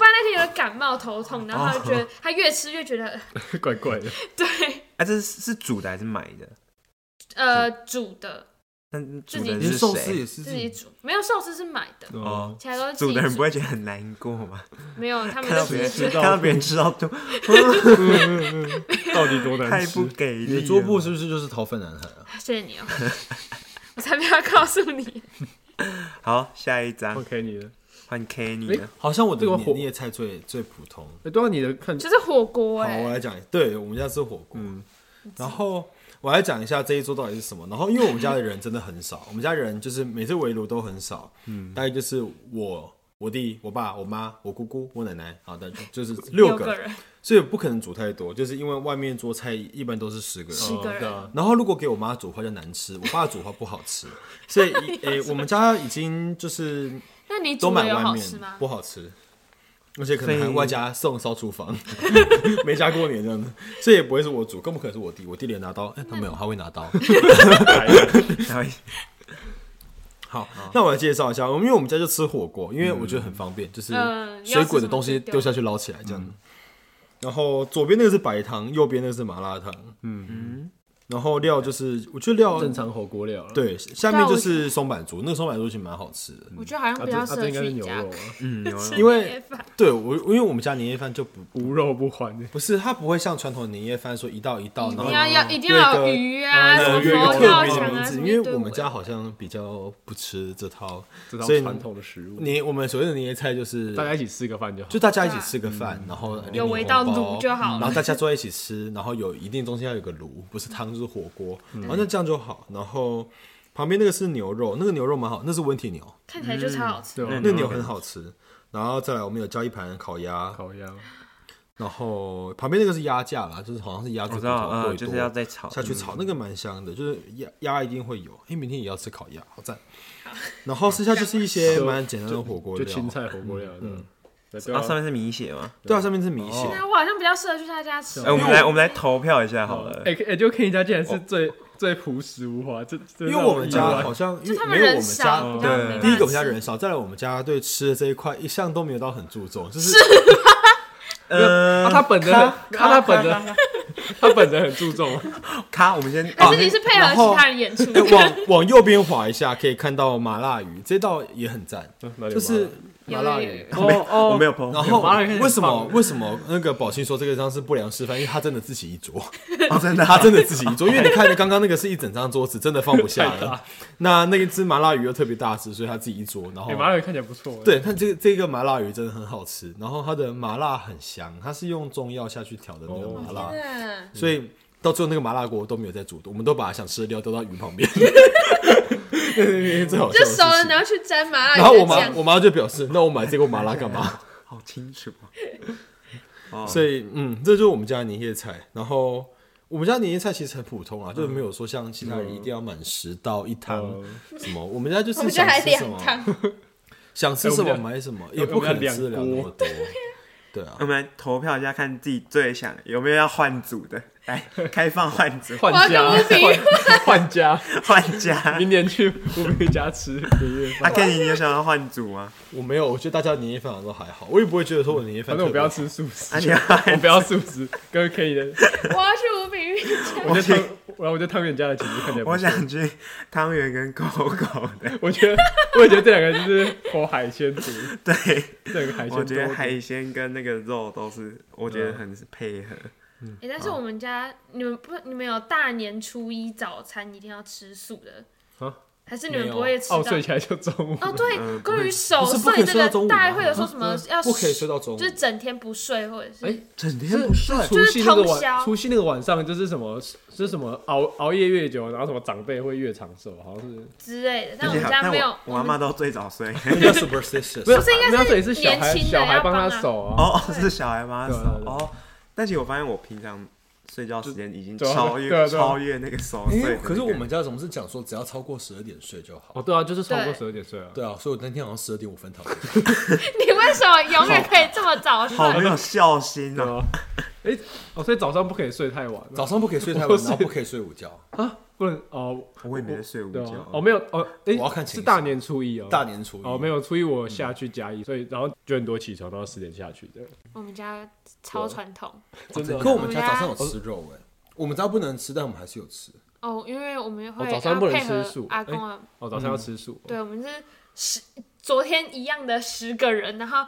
F: 那天有感冒头痛，然后他就
B: 啊
F: 觉得他越吃越觉得 (laughs) 呃
E: (laughs) 怪怪的，
F: 对，
B: 哎，这是是煮的还是买的？
F: 呃，煮的
B: 那
F: 自
B: 煮
F: 己
B: 的
D: 连
B: 是
D: 寿司也
B: 谁？
D: 是
F: 自己煮，没有寿司是买的，
B: 哦，
F: 其他都是自
B: 煮
F: 己
B: 的人不会觉得很难过吗？
F: 没有，他们
B: 看
F: 就
B: 到别
F: 只
B: 人
F: 是觉得
B: 看到别人吃到就
E: (laughs) 到底多难
B: 太不
E: 吃？
B: 给力
D: 你
B: 了。
D: 的桌布是不是就是掏粪男孩啊？
F: 谢谢你哦， (laughs) 我才不要告诉你。
B: 好，下一张
E: OK，你的
B: 换 Kenny 了。
D: 好像我的
E: 这个火
D: 年夜菜最最普通。
E: 哎，对啊，你的看
F: 就是火锅
D: 好，我啊
F: 哎、
D: 来讲，对我们家吃火锅，然后我来讲一下这一桌到底是什么。然后因为我 (laughs) 们家的人真的很少，我们家人就是每次围炉都很少，大概就是我、我弟、我爸、我妈、我姑姑、我奶奶，好的，就就是六
F: 个
D: 个，嗯
F: 人，
D: 所以不可能煮太多，就是因为外面做菜一般都是十个人，
F: 十个
C: 对
F: 人，
C: 啊
D: 然后如果给我妈煮的话就难吃，我爸煮的话不好吃，所以诶、我们家已经就是
F: 那你
D: 都
F: 煮的
D: 买
F: 有
D: 外
F: 好
D: 面
F: 吃吗？
D: 不好吃，而且可能
B: 所
D: 还
B: 以
D: 外加送烧厨房， (laughs) 没加过年这样子，这也不会是我煮，更不可能是我弟，我弟连拿刀，哎、他
F: 嗯
D: 没有，他会拿
F: (laughs)
D: 刀。
B: 然后
D: 好，那我来介绍一下，我们因为我们家就吃火锅，因为我觉得很方便，就是
F: 嗯
D: 水滚的东西丢下去捞起来这样。然后左边那个是白汤，右边那个是麻辣烫，嗯，然后料就是我觉得料
E: 正常火锅料啊了。
D: 对，下面就是松板猪，那个松板猪其实蛮好吃的。
F: 我觉得好像
E: 啊，
F: 比
E: 这
F: 较
E: 啊
F: 适
E: 这
F: 合
E: 应该
F: 去
E: 是
F: 你
E: 牛
F: 家
E: 肉啊，
B: 嗯，有
F: 吃
D: 因为
F: 年夜饭
D: 对我，因为我们家年夜饭就不
E: 无肉不欢的。
D: 不是，它不会像传统年夜饭说一道一道，然
F: 一定
D: 后
F: 要要一定要有鱼啊，
D: 有
F: 什
D: 有
F: 么
D: 一个
F: 佛
D: 特
F: 跳
D: 别的
F: 墙
D: 名
F: 啊，什
D: 字，因
F: 么一堆
D: 为
F: 味。
D: 我们家好像比较不吃这套
E: 这道
D: 所以
E: 传统的食物，
D: 年，我们所谓的年夜菜就是
E: 大家一起吃个饭就好
D: 就。大家一起吃个饭，然后领
F: 有
D: 领
F: 围到
D: 红
F: 炉
D: 包
F: 就好了
D: 然后大家坐在一起吃，然后有一定中间要有个炉，不是汤就是火锅，然后那这样就好。然后旁边那个是牛肉，那个牛肉蛮好，那是温体牛，
F: 看起来就超好吃。
E: 对吧
D: 那个牛很好吃。然后再来，我们有叫一盘烤鸭，
E: 烤鸭，
D: 然后旁边那个是鸭架啦，就是好像是鸭子
B: 我
D: 骨
B: 知
D: 头
B: 道，
D: 过
B: 嗯，
D: 一
B: 就
D: 多
B: 是要再炒
D: 下去炒，那个蛮香的，就是鸭鸭一定会有。哎，明天也要吃烤鸭，好赞。然后剩下就是一
E: (laughs)
D: 些蛮简单的火锅
E: 就
D: 料，
E: 青菜火锅料。嗯，对
B: 然后上
E: 啊，
B: 面是米血吗？
D: 对啊，上面是米线，
F: 那我好像比较适合去他家吃。
B: 哎，我们来我们来投票一下好了。
E: 哎哎，就 K 家竟然是最最朴实无华，这这
D: 因为
E: 让
D: 我们
E: 意
D: 家
E: 外啊
D: 好像因
F: 就
D: 为
F: 他
D: 没
F: 们
D: 有我
F: 人
D: 们家嗯
F: 少，
B: 对
F: 然后没办法
D: 第一个我们家
F: 吃
D: 人少，再来我们家对吃的这一块一向都没有到很注重，
F: (laughs)
D: 就是
B: 嗯
E: 啊，，他本人很，啊，他本人，他本人很注重，啊
B: 咔，我们先哦
F: 还是你是配合
D: 然后
F: 其他人演出？
D: 哎往往右边滑一下可以看到麻辣鱼，这道也很赞，就是 (laughs)
F: 有
D: 麻辣
F: 有有
D: 鱼
F: 有。
E: 哦 (laughs) 哦，
B: 我没有碰
D: 然，后
E: 麻辣鱼很棒
D: 为什么为什么那个宝庆说这个张是不良示范？因为他真的自己一桌，
B: 哦真的
D: 他
B: 啊
D: 真的自己一桌，因为你看刚刚那个是一整张桌子，真的放不下
E: 太大
D: 了。那那一只麻辣鱼又特别大只，所以他自己一桌，然后
E: 哎，麻辣鱼看起来不错，，
D: 对，它这个这个麻辣鱼真的很好吃，然后它的麻辣很香，它是用中药下去调的那个麻辣，
F: 嗯
D: 所以到最后那个麻辣锅都没有在煮，我们都把想吃的料丢到鱼旁边， (laughs) 那是最好笑
F: 就
D: 的
F: 熟了，
D: 事情。
F: 然后去沾麻辣
D: 然后
F: 鱼
D: 我
F: 的
D: 妈
F: 酱。
D: 我妈就表示，那我买这个麻辣干嘛？
B: 好清楚啊。哦
D: 所以嗯，这就是我们家的年夜菜。然后我们家年夜菜其实很普
F: 嗯
D: 通啊，就是没有说像其他人一定要满十道一汤什
F: (laughs)
D: 么，我们家就是
F: 我们家
D: 想
F: 还
D: 吃什
F: 两
D: 么
F: 趟，
D: 想吃
E: 哎我
D: 什
E: 们
D: 么
E: 家
D: 买什么，
E: 我
D: 也不可
E: 我
D: 能
E: 们家
D: 吃得了
E: 两
D: 那
E: 锅
D: 么多。对啊， (laughs)
B: 我们来投票一下，看自己最想有没有要换组的，来开放换组
E: 换
F: 我
E: 家
F: 要跟吴平
E: 换换家，
B: 换家。
E: 明年去吴平家吃年夜
B: 阿 Ken，
E: 饭，
B: 你有想要换组啊吗？
D: 我没有，我觉得大家年夜饭好像都还好，我也不会觉得说我年夜饭
E: 反
D: 特
E: 正我
D: 别
E: 不
D: 好。
E: 要吃素食
B: 啊，你，要
E: 我不要素食，跟 K 的，
F: 我要去吴炳玉家。
E: 我觉得汤，然后我觉得汤圆家的景色看起来不错，
B: 我想去汤圆跟狗狗 (laughs) 的，
E: 我觉得，我也觉得这两个就是活海鲜族，
B: 对，
E: 这两个海鲜多，
B: 我觉得海鲜跟那个肉都是，我觉得很配合。
F: 哎，但是我们家你们不你们有大年初一早餐一定要吃素的
E: 啊？
F: 还是你们
D: 没有
F: 不会吃到？
E: 哦，睡起来就中午，
F: 哦，对，
B: 嗯
F: 关于守
D: 不是不可
F: 岁
D: 以
F: 这
D: 睡到中
F: 个，
D: 午
F: 大家
D: 吗嗯
F: 会有说什么要
D: 不可以睡到中午
F: 就是整天不睡，或者
E: 哎
F: 是
B: 整天不
D: (laughs)
B: 睡，
E: 除夕那个
F: 就是通宵
E: 晚，除夕那个晚上就是什么，是什么熬熬夜越久，然后什么长辈会越长寿，好像是
F: 之类的。但
B: 而
F: 我
B: 且
F: 们
B: 好
F: 家
B: 但
F: 没有
B: 我，我阿妈都最早睡。
D: 那叫 superstitious，
E: 不
F: 不是应该是
E: 没有这也是小孩
F: 年轻的
E: 小孩
F: 要
E: 帮
F: 帮
E: 他
F: 啊
E: 守啊，
B: 哦，哦是小孩妈手
E: 对啊对啊
B: 哦。但其实我发现我平常睡觉时间已经
E: 就对啊
B: 超越
E: 对啊对啊
B: 超越那个熟睡
D: 因
B: 的那
D: 为
B: 个。
D: 可是我们家总是讲说只要超过十二点睡就好。
E: 哦对啊，就是超过
F: 对
E: 十二点睡啊，
D: 对啊，所以我那天好像十二点五分躺 (laughs) 下。
F: (laughs) 你为什么永远可以这么早睡？
B: 好没有孝心
E: 对
B: 哦。
E: 啊，哎哦，所以早上不可以睡太晚啊
D: 早上不可以睡太晚，然后不可以睡午觉。
E: 啊，不能哦，
B: 我也没在睡午
E: 对
B: 觉
E: 啊，哦没有哦，哎
D: 我要看情
E: 是
D: 形
E: 大年初一哦，
D: 大年初一
E: 哦没有初一我下去加一，所以然后九点多起床，然后十点下去的，
F: 我们家
D: 啊
F: 超传统
E: 哦真的啊哦
D: 可我们家早上有吃肉哎，我们家不能吃，但我们还是有吃。
F: 哦，因为我们
E: 哦
F: 会
E: 早餐不
F: 要
E: 能
F: 配合
E: 吃素
D: 哎
F: 阿公啊，
E: 哦早上要吃素，
F: 对，我们是十昨天一样的十个人，
D: (laughs)
F: 然后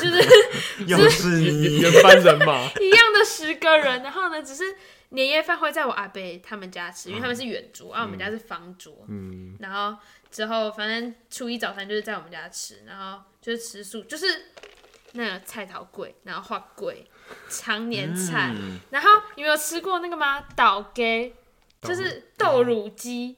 F: 就是
B: 又是
E: 原
B: 你，
E: 原班人马。 (laughs)
F: 一样的十个人，然后呢，只是年夜饭会在我阿伯他们家吃，因为他们是远
E: 嗯
F: 桌，啊，我们家是方桌，嗯，然后之后反正初一早餐就是在我们家吃，然后就是吃素，就是那个菜头粿，然后花粿，常年菜，
E: 嗯
B: 嗯
F: 然后你们有吃过那个吗？倒给就是豆乳鸡，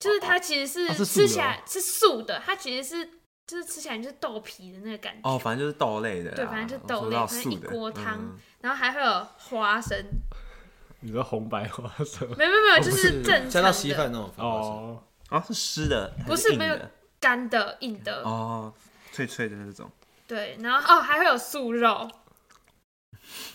F: 就是它其实是
E: 啊是素的
F: 吃起来是素的，它其实是就是吃起来就是豆皮的那个感觉，
B: 哦，反正就是豆类的啦，
F: 对，反正就是豆
B: 我说
F: 类，
B: 到
F: 反
B: 素
F: 正一
B: 的
F: 锅汤，
B: 嗯
F: 然后还会有花生，
E: 你说红白花 (laughs) 生
F: 没有没有没
D: 哦
F: 有，就
D: 不
F: 正常的，
D: 加到稀饭那种方法是
E: 哦，
B: 啊是湿的，还
F: 不
B: 是
F: 是
B: 硬
F: 没有
B: 的
F: 干的硬的，
B: 哦，脆脆的那种， (laughs)
F: 对，然后哦还会有素肉、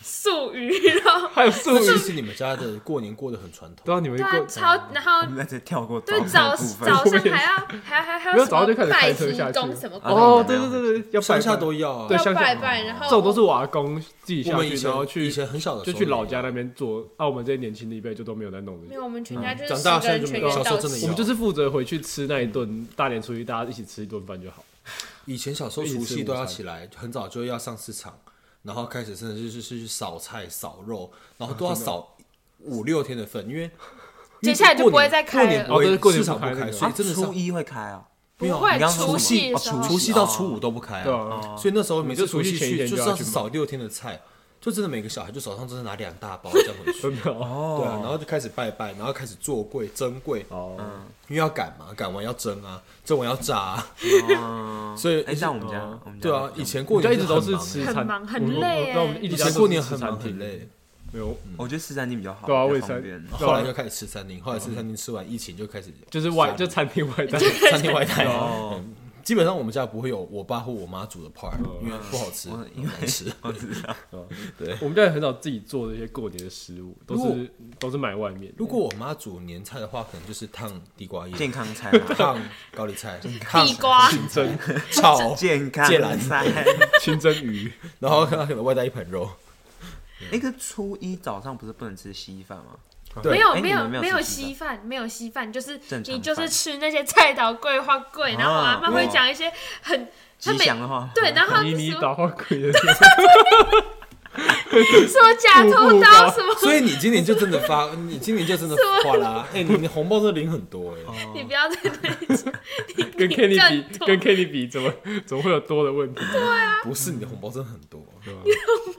F: 素鱼
B: (laughs)
F: 肉，
E: 还有素
D: 那
E: 鱼
D: 其，实你们家的过年过得很传统，
E: 对啊，你们
F: 对
E: 过
F: 啊，超然后
B: (laughs) 我们在这跳过
F: 对
B: 早
F: 早
B: 餐的部
F: 早
B: 分，
F: 上还要还要还要还
E: 没
F: 要
E: 有
F: 什
E: 早上就开
F: 么
E: 始
F: 拜
E: 开车
F: 提
E: 下去
F: 公什么
B: 啊
F: 公，
E: 哦，对对对对，要
D: 上下
E: 拜拜
D: 都要啊。
E: 对
F: 要
E: 乡下
F: 拜拜，然后
E: 这种都是我阿公自己
D: 我
E: 下
D: 们以
E: 去，然后
D: 前
E: 去
D: 以前很小的时
E: 就
D: 候
E: 去老家那边做，啊，我们这些年轻的一辈就都没有在弄
F: 没
E: 的。
F: 有我们全家就是
D: 长
F: 十
D: 大
F: 个
D: 现在
F: 人
D: 就没
F: 全
D: 有
F: 员
D: 小时
F: 到
D: 候真的
F: 齐
E: 我
D: 有
E: 们就是负责回去吃那一顿大年初一大家一起吃一顿饭就
F: (laughs)
E: 好。
D: 以前小时候
E: 一起
D: 除
E: 吃
D: 夕
E: 午
D: 都要
E: 餐
D: 起来，很早就要上市场，然后开始甚至就是去扫菜、扫肉，然后都要
E: 哦
D: 扫五六天的份，因为
F: 接下来就不会再开
D: 过年
F: 了
D: 不会
E: 哦对过年
D: 市场
E: 不开那
D: 开，(laughs)
E: 个
D: 所以
B: 啊
D: 真的是
B: 初一会开啊，
F: 不
D: 没有
F: 会
B: 你刚刚
F: 除
B: 说什
F: 夕
B: 么
F: 的
D: 哦
F: 时候，
D: 除夕到初五都不开
E: 对
D: 啊，
E: 啊，
D: 所以那时候每次
E: 你就
D: 除
E: 除夕
D: 夕
E: 前一
D: 去
E: 天
D: 就
E: 就要
D: 是要
E: 去买
D: 扫六天的菜，就真的每个小孩就手上真的拿两大
E: (laughs)
D: 包这样回去，
E: 真的哦，
D: 对啊，然后就开始拜拜，然后开始做柜、蒸柜，
F: 嗯
E: 哦，
D: 因为要赶嘛，赶完要蒸啊，蒸完要炸啊，
E: 哦
B: 嗯，
D: 所以
B: 哎，像我们家，我们家
D: 对啊，
B: 就
D: 以
B: 是这
D: 前
B: 样
E: 我
D: 过
E: 家
D: 年
E: 一直都
D: 很
E: 是
D: 忙
E: 吃
D: 欸
F: 很
E: 餐，
F: 忙
E: 我
F: 很累耶
E: 我那我们一
D: 以
E: 直
D: 前
E: 家
D: 过
E: 都
D: 年
E: 是
D: 很
E: 吃
D: 忙
E: 餐
D: 很
E: 厅，
D: 累。嗯
E: 没有，
B: 我觉得四三零比较好，
E: 对啊
B: 比较
E: 我也
B: 方
E: 是 (laughs)
B: 便。
E: 对
D: 后
E: 啊
D: 来就开始吃餐厅，后来吃餐厅吃完疫情就开始
E: 就是外就餐厅外带，
D: 餐厅外带。
E: 啊
B: 哦，
D: 基本上我们家不会有我爸或我妈煮的 part，因为
E: 啊
D: 不好吃，
B: 我因为
D: 难吃。
B: 我知道，
E: (laughs) 我们家也很少自己做这些过年的食物，都
D: 如果
E: 是都是买外面的。
D: 如果我妈煮年菜的话，可能就是烫地瓜叶、
B: 健康
D: (laughs)
B: 餐啊，
D: 烫高丽菜、烫
F: 地瓜
D: 清蒸、 (laughs)
B: (laughs)
D: 炒，
B: 健康
D: 芥蓝
B: 菜。 (laughs)
E: 清蒸
F: (laughs)
E: 鱼，
D: 然后她可能外带一盆肉。 (laughs)
B: 哎，可是初一早上不是不能吃稀饭吗？
D: 对
F: 没有
B: 哎
F: 没
B: 你们没有
F: 没有
B: 吃稀
F: 稀饭，没有稀饭，就是
B: 正常
F: 你就是
B: 饭
F: 吃那些菜刀桂花桂，然后我阿
B: 啊
F: 妈会
D: 哇
F: 讲一些很她
B: 吉
F: 每
B: 祥的话，
F: 对，然后
E: 你
F: 什
E: 你
F: 么
E: 打花鬼的，
F: 什么假
E: 步
F: 偷
E: 步
F: 刀
E: 高
F: 什么，
D: 所以你今年就真的发，你今年就真的花啦。哎，你的红包这领很多哎，
F: 你不要再对 (laughs)
E: 跟 Kenny
F: 更
E: 比，
F: 多
E: 跟 Kenny 比，怎么怎么会有多的问题？
D: 不是你的红包真的很多。
E: 嗯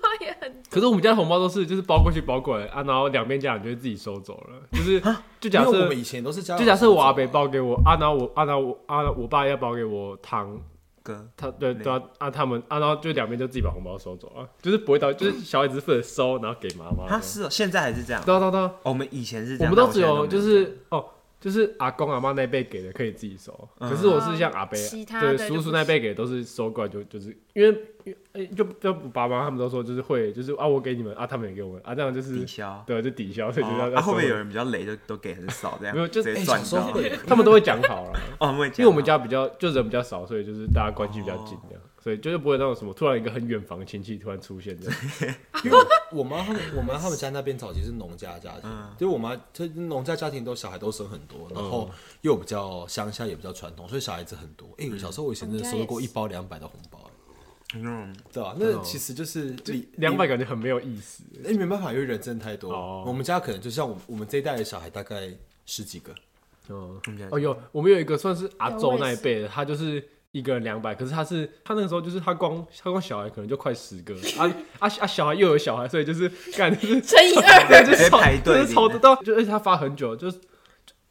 F: 方也很
E: 可是我们家的红包都是就是包过去包过来啊，然后两边家长就会自己收走了，就是就
D: 因
E: 假
D: 为啊我
E: 设
D: 们以前都是家，
E: 就假设我阿伯，包给我，啊，然后我啊，然后我啊，我爸要包给我糖，
B: 哥，
E: 他对对啊，啊他们啊，然后就两边就自己把红包收走了，就是不会到，就是小孩子负责收，然后给妈妈。
B: 他
D: 啊
B: 是哦现在还是这样。
E: 对啊对啊对啊，
B: 哦我们以前是这
E: 我
B: 样，
E: 们
B: 但
E: 都只有
B: 现在没
E: 就
B: 这样
E: 是哦，就是阿公阿妈那辈给的可以自己收，
B: 嗯
E: 可是我是像阿伯啊
F: 其他的
E: 对
F: 就
E: 叔
F: 不
E: 叔那辈给的都是收过来就就是因为因为就就爸妈他们都说就是会就是啊我给你们啊他们也给我们啊这样就是
B: 抵消
E: 对就抵消，所以就要
B: 哦
E: 要
B: 啊，会不会
E: 收
B: 有人比较累，就都给很少这样？
E: 没有就
B: 直接
D: 哎，
B: 赚
D: 小时候
B: 到。
D: 会
E: (laughs) 他们都会讲好了。
B: (laughs) 哦，他们会讲
E: 因为我们家比较就人比较少，所以就是大家关系比较近
B: 哦
E: 这样，所以就是不会那种什么突然一个很远房的亲戚突然出现这样。
B: (laughs)
D: 因为我妈他们，我妈他们家那边早期是农家家庭，
E: 嗯
D: 就我妈就农家家庭都小孩都生很多，然后
E: 嗯
D: 又比较乡下也比较传统，所以小孩子很多。哎、小时候我以前真的收过一包两百的红包、哎
B: 嗯，
D: 对啊，那其实就是你
E: 两百，感觉很没有意思，
D: 哎、没办法，因为人真的太多。
E: 哦
D: 我们家可能就像我们我们这一代的小孩大概十几个，
E: 嗯
B: 们家，
E: 哦有，我们有一个算是阿周那一辈的，他就是一个人两百，可是他是他那个时候就是他光他光小孩可能就快十个，啊啊啊小孩又有小孩，所以就是干就是
F: 乘以二，
E: (laughs) 对就
B: 直
E: 是
B: 接
E: 吵
B: 排队
E: 就是吵
B: 领
E: 得到，就而且他发很久，就是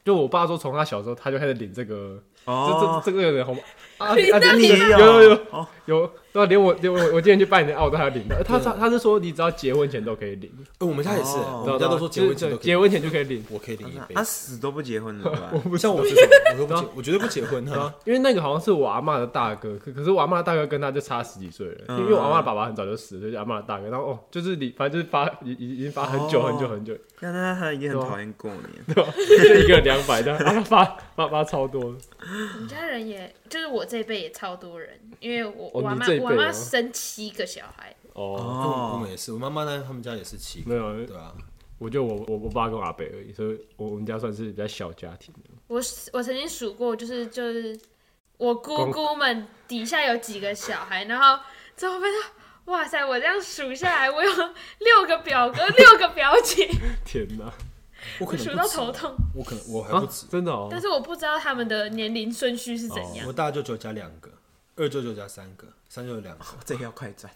E: 就我爸说从他小时候他就开始领这个，
B: 哦，
E: 这这这个人红包。啊！
F: 你
E: 啊
F: 那
E: 对
B: 你也
E: 有
B: 有
E: 有有
B: 哦
E: 有，对啊，连我连我我今天去拜年，啊，我都还要领的。他他他是说，你只要结婚前都可以领，
D: 哎、我们家也是、
B: 哦
D: 我们家都说结婚前都
E: 对
D: 可以
E: 结，婚前就可以领，
D: 我可以领一杯
B: 他。死都不结婚了 (laughs)
D: 啊
B: 吧？
D: 不像我是什么，我说不结，我绝对不结婚
E: 对啊
D: 啊。
E: 因为那个好像是我阿嬷的大哥，可可是我阿嬷的大哥跟他就差十几岁了，
D: 嗯
E: 因为我阿嬷的爸爸很早就死了，就是阿嬷的大哥，然后哦，就是你反正就是发已已已经发很久
B: 哦
E: 很久
D: (laughs)
E: 很久，
B: 那那他也很讨厌过年，
E: 对吧？就一个人两百的，他发发发超多，
F: 我们家人也就是我这一辈也超多人，因为我我
E: 哦
F: 阿
E: 你
F: 妈
E: 这一辈
F: 我阿妈
E: 哦
F: 生七个小孩，
E: 哦，
D: 我我们也是，我妈妈呢，他们家也是七
E: 没
D: 个，
E: 有，
D: 对啊。
E: 我就我我我爸跟我阿伯而已，所以我我们家算是比较小家庭的，
F: 我我曾经数过，就是就是我姑姑们底下有几个小孩，然后最后发现，哇塞，我这样数下来，我有六个表哥，六个表姐，
E: 天哪，
D: 我可能
F: 数
D: 不
F: 到
D: 止
E: (laughs)
F: 头痛。
D: 我可能我还
E: 啊
D: 不止，，
E: 真的哦
F: 但，是我不知道他们的年龄顺序是怎样
E: 哦
D: 我。大舅舅加两个，二舅舅加三个，三舅舅两个，
B: 这个要快转。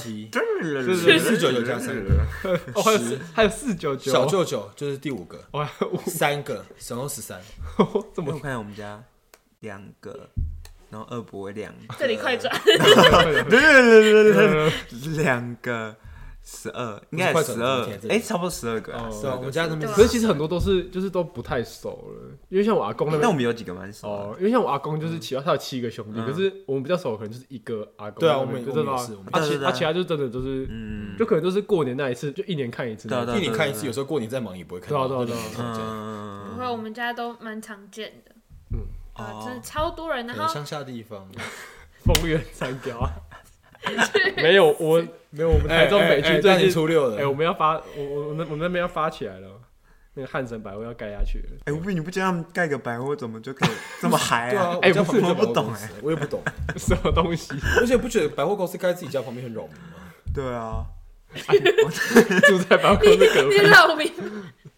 D: 七
E: 啊是
D: 四舅舅加三个，
E: 哦还有四还有四九九，
D: 小舅舅就是第五个，
E: 哇， (laughs)
D: 三个，总共十三。
E: 我怎么
B: 我看我们家两个，然后二伯两个，
F: 这里快转，
B: (laughs)
D: (laughs)
B: 两个十二，应该
D: 不
B: 有
D: 是快转
B: 十二
D: 昨天这，里
B: 哎，差不多十二个啊。
E: 哦
D: 是啊，我们家那边
F: 对啊
E: 可是其实很多都是就是都不太熟了，因为像我阿公那
B: 那
E: 边
B: 我。们有几个蛮熟的
E: 哦，因为像我阿公
B: 嗯
E: 就是其他他有七个兄弟，可是我们比较熟，可能就是一个阿公
D: 对啊
E: 那
D: 我
E: 边。
D: 们
E: 就是
D: 我们也是我们
E: 吧啊
B: 也
E: 其
B: 是嗯
E: 啊其他就真的就是，就可能就是过年那一次，就一年看一次那
B: 对啊对
E: 种。
B: 啊
D: 一年看一次，有时候过年再忙也不会看到。
E: 对啊对啊
D: 对
E: 对
B: 嗯，
F: 不会，我们家都蛮常见的，
E: 嗯
F: 啊，真的超多人，然
D: 可能
F: 后
D: 乡下地 (laughs) 方，
E: 风月三雕啊，没有我没有我们台中北
D: 哎哎
E: 区
D: 哎
E: 最
D: 大年
E: 近，
D: 初六
E: 哎，我
D: 了，
E: 们要发，我我我们我们那边要发起来了，那个汉神百味要盖下去了。 (laughs)
B: 哎，吴斌，你不觉得他们盖个百货怎么就可以这么嗨
D: 对啊
B: 啊？，
E: 哎
D: 我家
E: 不
D: 旁
E: 是
D: 边就有
B: 我不
D: 百货
B: 懂
D: 公司我也 (laughs) 不懂，哎
E: 什么
B: (laughs)
E: 东西？
D: 而且不觉得百货公司盖自己家旁边很扰民吗？
B: 对啊，
E: 住在百货公司隔壁
F: 你，老明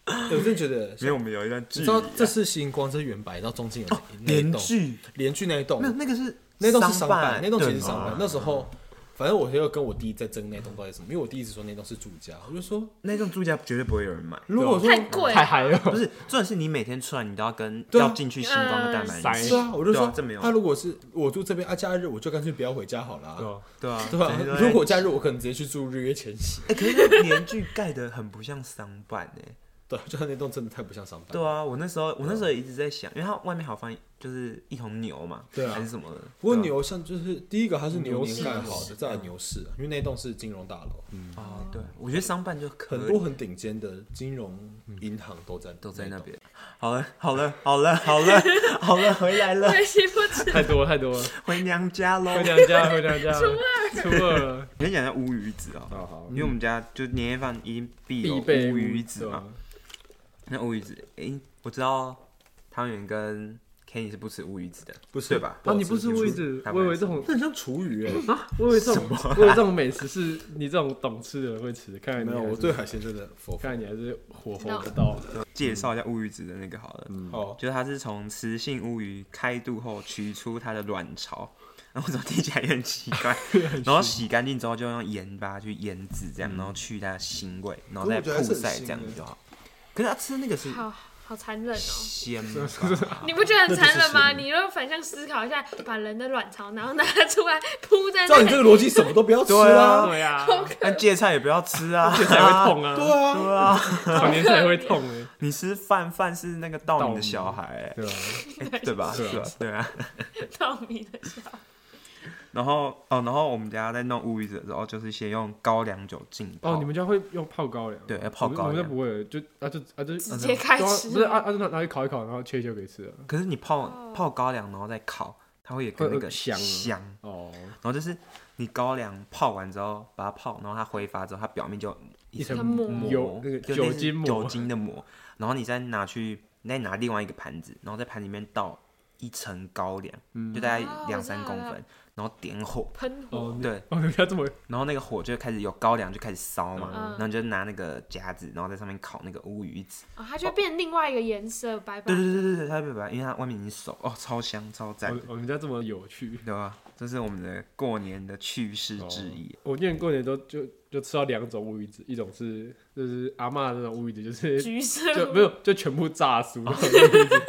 D: 哎我真的觉得，
B: 因为我们有一段
D: 你
B: 距
D: 知
B: 离
D: 道
B: 啊，
D: 这是星光，这是原白，到中间有那一
B: 连
D: 栋
B: 距，
D: 啊连距那一栋
B: 没，有那个是
D: 那栋是商
B: 办
D: 办，，啊那栋其实是
B: 对
D: 商办
B: 嘛。
D: 那时候，反正我就跟我弟在争那栋到底是什么，因为我弟一直说那栋是住家，我就说，
B: 那栋住家绝对不会有人买。
D: 如果说
F: 太贵
E: 太，嗨了。
B: 不是，重点是你每天出来，你都要跟
D: 对啊
B: 要进去星光跟蛋白
E: 嗯
B: 一
D: 是
B: 起。
D: 啊，我就
B: 对
D: 说
B: 啊这没有
D: 他如果是我住这边啊，假日我就干脆不要回家好了
E: 对
D: 啊。
E: 啊
B: 对啊，
D: 对啊
B: 整天，都在
D: (laughs) 如果假日我可能直接去住日月前夕。
B: (laughs) 哎，可是那年剧盖的很不像商办哎。
D: 对啊，就他那栋真的太不像商办。
B: 对啊，我那时候我那时候也一直在想，因为它外面好放一就是一头牛嘛，
D: 对啊
B: 还是什么的。
D: 不过
B: 对啊
D: 牛像就是第一个它是牛年
E: 牛市
D: 盖好的，再来牛市啊，因为那栋是金融大楼，
B: 哦，对，我觉得商办就可以
D: 很多很顶尖的金融银行都在
B: 都在那
D: 栋。
B: 边。好了，好了，好了，好了， (laughs) 好了，回
D: (laughs)
B: 来了，
F: 可惜不止
E: 太多了太多了，
B: 回娘家喽。
E: 回娘家回娘家，初二初二了。
B: 你讲一下乌鱼子哦，
E: 好好，
B: 因为我们家就年夜饭一定必有
E: 必备
B: 乌鱼子
E: 对
B: 嘛
E: 啊。
B: 那乌鱼子，诶，我知道汤圆跟 Kenny 是不吃乌鱼子的，
D: 不吃
B: 对吧？
E: 啊，你不吃乌鱼子，我以为这种
D: 那很像厨余哎。
E: 嗯啊我以为这种，
B: 啊
E: 我以为这种美食是你这种懂吃的人会吃。看来你
D: 没有，
E: 还
D: 我
E: 是
D: 对海鲜真的佛
E: 看来你还是火候不到。
B: 介绍一下乌鱼子的那个好了。
D: 哦，
B: 就是它是从雌性乌鱼开肚后取出它的卵巢，然后怎么听起来也很奇怪，然后洗干净之后就用盐巴去腌制，这样，然后去它的腥味，然后再
D: 可是我觉得还是
B: 曝
D: 很
B: 晒
D: 腥
B: 这样
D: 欸
B: 就好。可是它吃那个是
F: (laughs) 好好残忍哦。
B: 鲜吧，
F: 你不觉得很残忍吗？
D: 那就是食物
F: 你如果反向思考一下，把人的卵巢然后拿出来铺在
D: 照
F: 那
D: 你这
F: 里，
D: 个逻辑，什么都不要吃
B: 对啊
D: 啊。
E: 对呀，
B: 但芥菜也不要吃啊，
E: 这才会痛啊，
D: 对啊，
B: (laughs) 对啊，
E: 常年才会痛哎。
B: 你吃饭饭是那个稻米
E: 稻米
B: 的小孩、
E: 对啊，
B: 欸，对吧？
E: 对
B: 对
E: 啊
B: 啊，对啊。 (laughs)
F: 透明的小孩，
B: 然后哦，然后我们家在弄乌鱼子的时候，就是先用高粱酒浸泡。
E: 哦，你们家会用泡高粱？
B: 对要泡高粱
E: 我们家不会，就啊就啊就
F: 直接开吃
E: 不是啊啊就拿拿去烤一烤，然后切一切给吃啊。
B: 可是你泡
F: 哦
B: 泡高粱然后再烤，它会有个那
E: 会
B: 个
E: 有香啊
B: 香，
E: 哦，
B: 然后就是你高粱泡完之后，把它泡，然后它挥发之后，它表面就
E: 一
F: 它
E: 层
F: 抹
E: 油
B: 膜，
E: 那个
B: 就
E: 酒
B: 类似
E: 精膜，
B: 酒精的膜，然后你再拿去，你再拿另外一个盘子，然后在盘里面倒一层高粱，
E: 嗯
B: 就大概
F: 哦我
B: 两
F: 知道
B: 三公
F: 了
B: 分，然后点火，
F: 喷火，
E: 哦，
B: 对，
E: 哦，你们家这么
B: 然后那个火就开始有高粱就开始烧嘛，
F: 嗯
B: 然后你就拿那个夹子，然后在上面烤那个乌鱼子，
F: 哦，它就变另外一个颜色，白白
B: 对。对对对对，它会把，因为它外面已经熟，哦，超香超赞
E: 我
B: 的，
E: 我们家这么有趣。
B: 对吧？这是我们的过年的趣事之一。
E: 我今年过年都就就吃到两种乌鱼子，一种是就是阿嬷那种乌鱼子，就是
F: 橘色
E: 就没有就全部炸熟，
B: 哦
E: 然后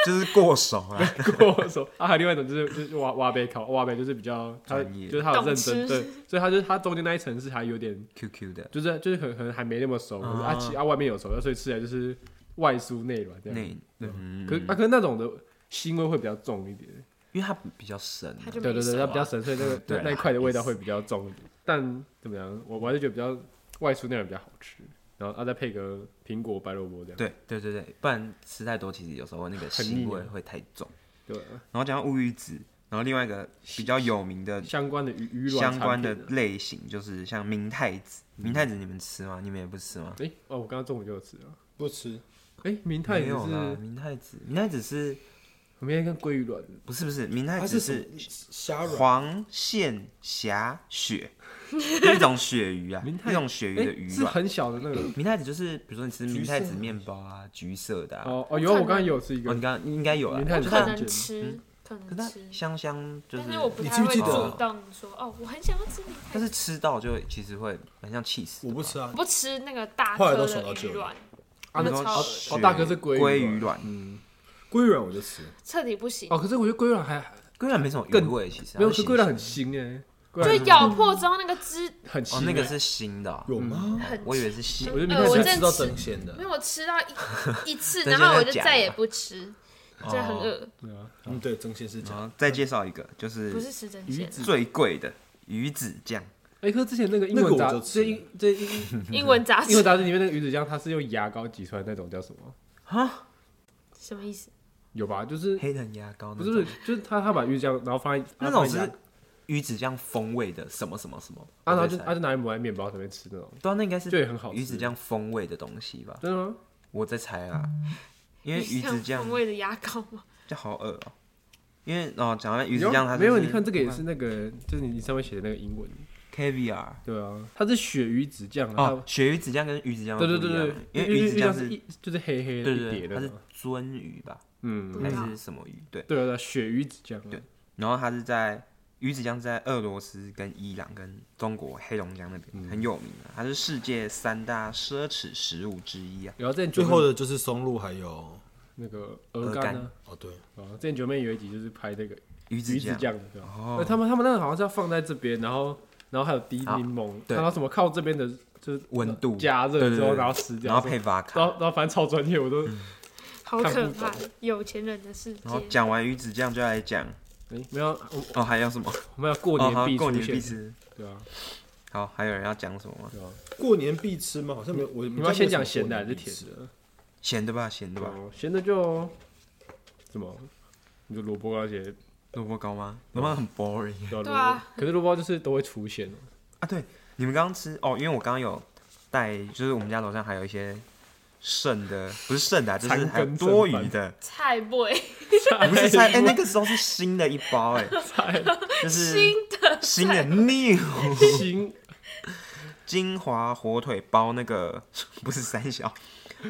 B: 就是过手
E: (laughs)
B: 啊，
E: 跟我说啊，还有另外一种就是 (laughs) 就是挖挖贝烤，挖贝就是比较他
B: 专业
E: 就是他有认真
F: 懂吃
E: 对，所以他就是他中间那一层是还有点
B: QQ 的
E: 就是就是可能可能还没那么熟，可是
B: 啊
E: 啊其啊外面有熟，所以吃起来就是外酥内软这样。
B: 那，嗯，
E: 可是啊可是那种的腥味会比较重一点，
B: 因为它比较深啊、
F: 它就
E: 对
F: 没
E: 对
F: 什
E: 对，
F: 么
E: 它比较神，所以那个
B: 对
E: 那
B: 啊
E: 那一块的味道会比较重一点。但怎么样，我我还是觉得比较外酥内软比较好吃，然后啊再配个苹果白萝卜这样。
B: 对对对对，不然吃太多，其实有时候那个
E: 很腻
B: 腥味
E: 啊
B: 会太重。
E: 对啊，
B: 然后讲到乌鱼子，然后另外一个比较有名的
E: 相关的鱼鱼卵
B: 相关的
E: 产品啊嗯
B: 类型，就是像明太子。明太子你们吃吗？你们也不吃吗？
E: 诶，哦，我刚刚中午就有吃啊。
D: 不吃。
E: 诶，明太
B: 没
E: 子是，
B: 有啦，
E: 我
B: 明太子，明太子是
E: 们应该跟鲑鱼卵
B: 不是不是？明太
D: 它是
B: 子
D: 什
B: 是
D: 么虾软？
B: 黄线霞
E: (laughs)
B: 鳕，就一种鳕鱼啊，
E: 明太
B: 一种鳕鱼的
E: 诶
B: 鱼
E: 是
B: 卵。嗯
E: 很小的那个。
B: 明太子就是，比如说你吃明太
D: 橘
B: 子
D: 色
B: 面包啊，橘色的啊，
E: 哦哦，有啊我刚刚有吃一
B: 哦，
E: 个
B: 你，刚刚应该有啊，
E: 明太子
B: 就
F: 可
B: 它
E: 很
F: 能
E: 简
F: 吃，可
B: 可是
F: 能
B: 它
F: 吃，
B: 香香就是，
F: 但是我不
D: 你
F: 太
D: 记不
F: 会
D: 记得
F: 主动说哦，我很想要吃明太
B: 但
F: 子，
B: 是吃到就其实会很像气死。
D: 我不吃啊
F: 我，不吃那个大
D: 后来
F: 颗
D: 都爽
F: 的
D: 到
F: 鱼
D: 这里
F: 卵，
E: 啊
B: 你
E: 那
B: 说
F: 超
B: 鳕
E: 哦大哥是鲑鱼
B: 鲑鱼
E: 卵
B: 卵，
D: 龟软我就吃。
F: 彻底不行。
B: 哦
E: 哦，可是我觉得鲑鱼卵还
B: 龟卵没什么鱼
E: 更
B: 味，其实啊
E: 没有，
B: 它是新
E: 可贵蛋
B: 鲜
E: 很腥哎，贵
F: 就
E: 蛋
F: 咬
B: 嗯
F: 破之后那个汁
E: 很腥
B: 哦
E: 欸，，
B: 那个是新的哦，
D: 有吗？
F: 很
B: 嗯我以为是新
E: 我。就明
F: 呃
E: 天
F: 我
E: 下
F: 真
D: 知道真鲜的
F: 没，有，我吃到
B: (laughs)
F: 一一次，
B: 但现
F: 然
B: 在
F: 后我就
B: 假
F: 再
B: 的哦
F: 也不吃，真的很恶。
E: 对啊，
D: 嗯，对，真鲜是假的。
B: 好再介绍一个，就是
F: 不是吃真鲜，
B: 最贵的鱼子酱，
E: 哎，可是之前那个英
D: 那个
E: 文
D: 我
E: 杂
D: 就，
E: 这
D: 吃
E: 英这英
F: 英文杂
E: 英文
F: 志
E: 杂志里面那个鱼子酱，它是用牙膏挤出来那种叫什么？
F: 什么意思？
E: 有吧？就是
B: 黑人牙膏那
E: 不
B: 种
E: 是不是，就是他他把鱼子酱，然后放在
B: 那种
E: 他放在
B: 是
E: 牙
B: 鱼子酱风味的什么什么什么
E: 啊，然后
B: 我
E: 就
B: 在猜
E: 他就拿来抹在面包上面吃那种，
B: 对啊，那应该是
E: 就也很好吃
B: 鱼子酱风味的东西吧，
E: 真的吗？
B: 我在猜啦，因为鱼
F: 像
B: 子酱
F: 风味的牙膏吗？
B: 就
F: 就
B: 好恶哦、因为哦，讲到鱼
E: 没
B: 子
E: 有
B: 酱，它
E: 没有，你看这个也是那个，就是你上面写的那个英文，
B: caviar
E: 对啊，它是鳕鱼子酱
B: 哦
E: 啊，，
B: 鳕鱼子酱跟鱼子酱
E: 它对对
B: 不一
E: 对对
B: 样，
E: 因
B: 因为鱼子酱
E: 是
B: 是
E: 一就是黑黑
B: 对
E: 的
B: 对对，
E: 一叠
B: 它
E: 的
B: 是
E: 嘛，
B: 鳟鱼吧，
E: 嗯，
F: 对
B: 还
F: 啊
B: 是什么鱼？对，
E: 对啊对啊，鳕鱼子酱啊，
B: 对然后它是在鱼子酱是在俄罗斯、跟伊朗、跟中国黑龙江那边、
E: 嗯
B: 很有名啊，它是世界三大奢侈食物之一啊。
E: 然后之前
D: 最
E: 九
D: 后
E: 妹
D: 的就是松露，还有
E: 那个鹅
B: 鹅
E: 肝
B: 肝
E: 呢，
D: 哦，对，
E: 啊，之前九妹有一集就是拍那个
B: 鱼
E: 鱼
B: 子
E: 子
B: 酱，
E: 酱的，对吧？
B: 哦
E: 呃，他们他们那个好像是要放在这边，然后然后还有滴柠檬，
B: 对
E: 然后什么靠这边的就是
B: 温度
E: 加
B: 对
E: 热
B: 对
E: 之后，
B: 对
E: 然后吃
B: 然后
E: 掉，
B: 配嗯瓦
E: 然后
B: 卡，
E: 然后反正超专业，我都
F: 好
E: 看
F: 可
E: 不
F: 怕，有钱人的世
B: 然后
F: 界。
B: 讲完鱼子酱就来讲
E: 诶没有啊我
B: 哦，还有什么？
E: 我们要过
B: 哦，好，
E: 年必
B: 过年
E: 出
B: 必
E: 现，
B: 吃。
E: 对啊，
B: 好，还有人要讲什么吗？
E: 对啊，
D: 过年必吃吗？好像没有，我你
E: 你们要先讲咸的还是甜的？
B: 咸的吧，咸的吧，
E: 哦，咸的就什么？你说萝卜糕那些，
B: 萝卜糕吗？萝卜糕很 boring
E: 对啊
F: 对
E: 萝
F: 啊，
E: 卜可是萝卜糕就是都会出现哦
B: 啊。对，你们刚刚吃哦，因为我刚刚有带，就是我们家楼上还有一些剩的，不是剩的啊，就是
E: 残
B: 还有
E: 羹剩
B: 多
E: 饭
B: 余的，
F: 菜味，
B: 不是
E: (laughs)
B: 菜，哎、那个时候是新的一包、哎，
E: 菜 (laughs)
B: 就是
F: 新的
B: 新的 new
E: 心
B: 金华火腿包那个 (laughs) 不是三小，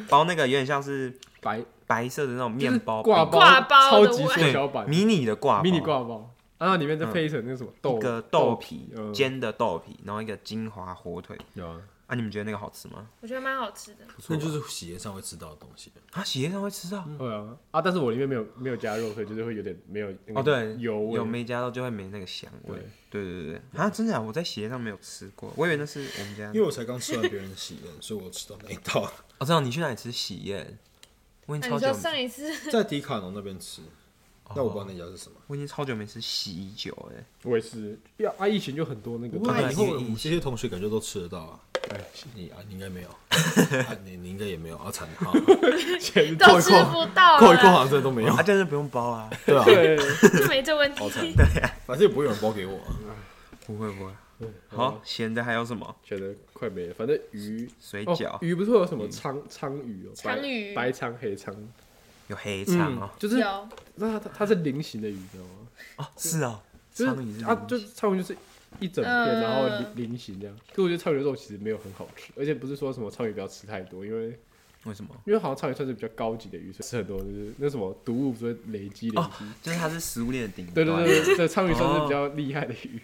B: 包那个有点像是
E: 白
B: 白色的那种
E: 就是
B: 面包
E: 挂
B: 饼
E: 包
F: 挂包
E: 超
F: 的
E: 级
F: 味
E: 缩
B: 对
E: 小版
B: 迷你的挂
E: 迷你
B: 包
E: 挂包，然后里面再配一层那个什么豆
B: 嗯一个豆
E: 皮
B: 皮
E: 呃
B: 煎的豆皮，然后一个金华火腿
E: 有啊，
B: 啊，你们觉得那个好吃吗？
F: 我觉得蛮好吃的。
D: 那就是喜宴上会吃到的东西。
B: 啊，喜宴上会吃到
E: 对啊啊！但是我里面没有没有加肉，所以就是会有点没有那个
B: 哦，对，
E: 油味
B: 有没加到就会没那个香味。对对对对，啊，真的啊，我在喜宴上没有吃过，我以为那是我们家。
D: 因为我才刚吃完别人的喜宴，所以我吃到 (laughs) 那一道，
B: 我知道你去哪里吃喜宴，我已
F: 那
B: 经
F: 你
B: 超久
F: 说
B: 没，
F: 上一次
D: 在迪卡侬那边吃，但我不知道那家是什么。
B: 我已经超久没吃喜酒哎。
E: 我也是，要啊，疫情就很多那个
D: 不，会
B: 对
D: 啊，以后
B: 因为
D: 我们这些同学感觉都吃得到啊。
E: 哎
D: 你啊，你应该没有，啊你你应该也没有啊，惨好，
E: 钱
F: 都吃不到
D: 扣一扣
F: 了，
D: 好像真的都没有
B: (laughs) 啊，，这样就不用包啊，
D: 对啊，
E: 对，
F: 就没这问题。
D: 反正也不会有人包给我啊。
B: 不会不会。好，咸的还有什么？
E: 觉得快没了，反正鱼
B: 水
E: 哦
B: 饺嗯
E: 鱼不是会有什么鲳鲳鱼哦，白
F: 鲳鱼
E: 白鲳黑鲳，
B: 有黑肠
E: 嗯
B: 哦，，
E: 就是
F: 有，
E: 那它它是菱形的鱼，你知道吗？
B: 哦是哦，
E: 嗯就
B: 鲳鱼
E: 是
B: 是
E: 啊
B: 菱，
E: 就是鲳鱼就是一整片，
F: 嗯
E: 然后菱菱形这样。可我觉得鲳鱼肉其实没有很好吃，而且不是说什么鲳鱼不要吃太多，因为
B: 为什么？
E: 因为好像鲳鱼算是比较高级的鱼，所以吃很多就是那什么毒物不是会累积
B: 哦
E: 累积。
B: 就是它是食物链的顶端。
E: 哦对对对
B: 哦
E: 对，对，鲳鱼算是比较厉害的鱼，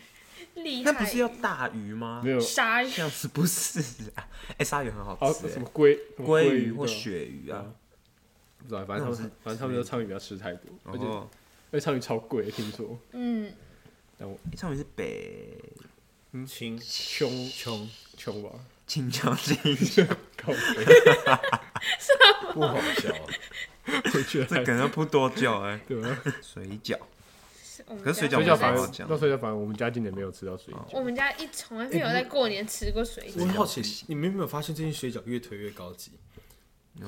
F: 厉害。
B: 那不是要大鱼吗？
E: 没有
F: 鲨鱼
B: 这样子不是啊？ (laughs) 哎、鲨鱼很好
E: 哦
B: 吃、
E: 什
B: 欸
E: 么，鲑
B: 鲑鱼或哦
E: 对啊
B: 鳕鱼啊。
E: 不知道，反正他们反正他们说鲳鱼不要吃太多，嗯而
B: 然
E: 且
B: 后，
E: 而且鲳鱼超贵，听说
F: 嗯，
B: 欸上面是北
D: 亲
E: 穷
D: 穷
E: 穷吧， (laughs)
B: 青椒金，
E: 靠北，
D: (laughs) 不好笑啊，
E: 我觉
B: 这
E: 得
B: 可能不多久
E: (laughs)
B: 哎、
E: 对吧？
B: 水饺，
F: 是我们
B: 可是水
F: 家
B: 饺
E: 水
B: 不
E: 饺
B: 是
E: 反
B: 好
E: 而
B: 好讲
E: 那水饺反而我们家今年没有吃到水
B: 哦
E: 饺，
F: 我们家一从来没有在过年吃过水
D: 我
F: 饺，
D: 很好奇，你们有没有发现最近水饺越推越高级？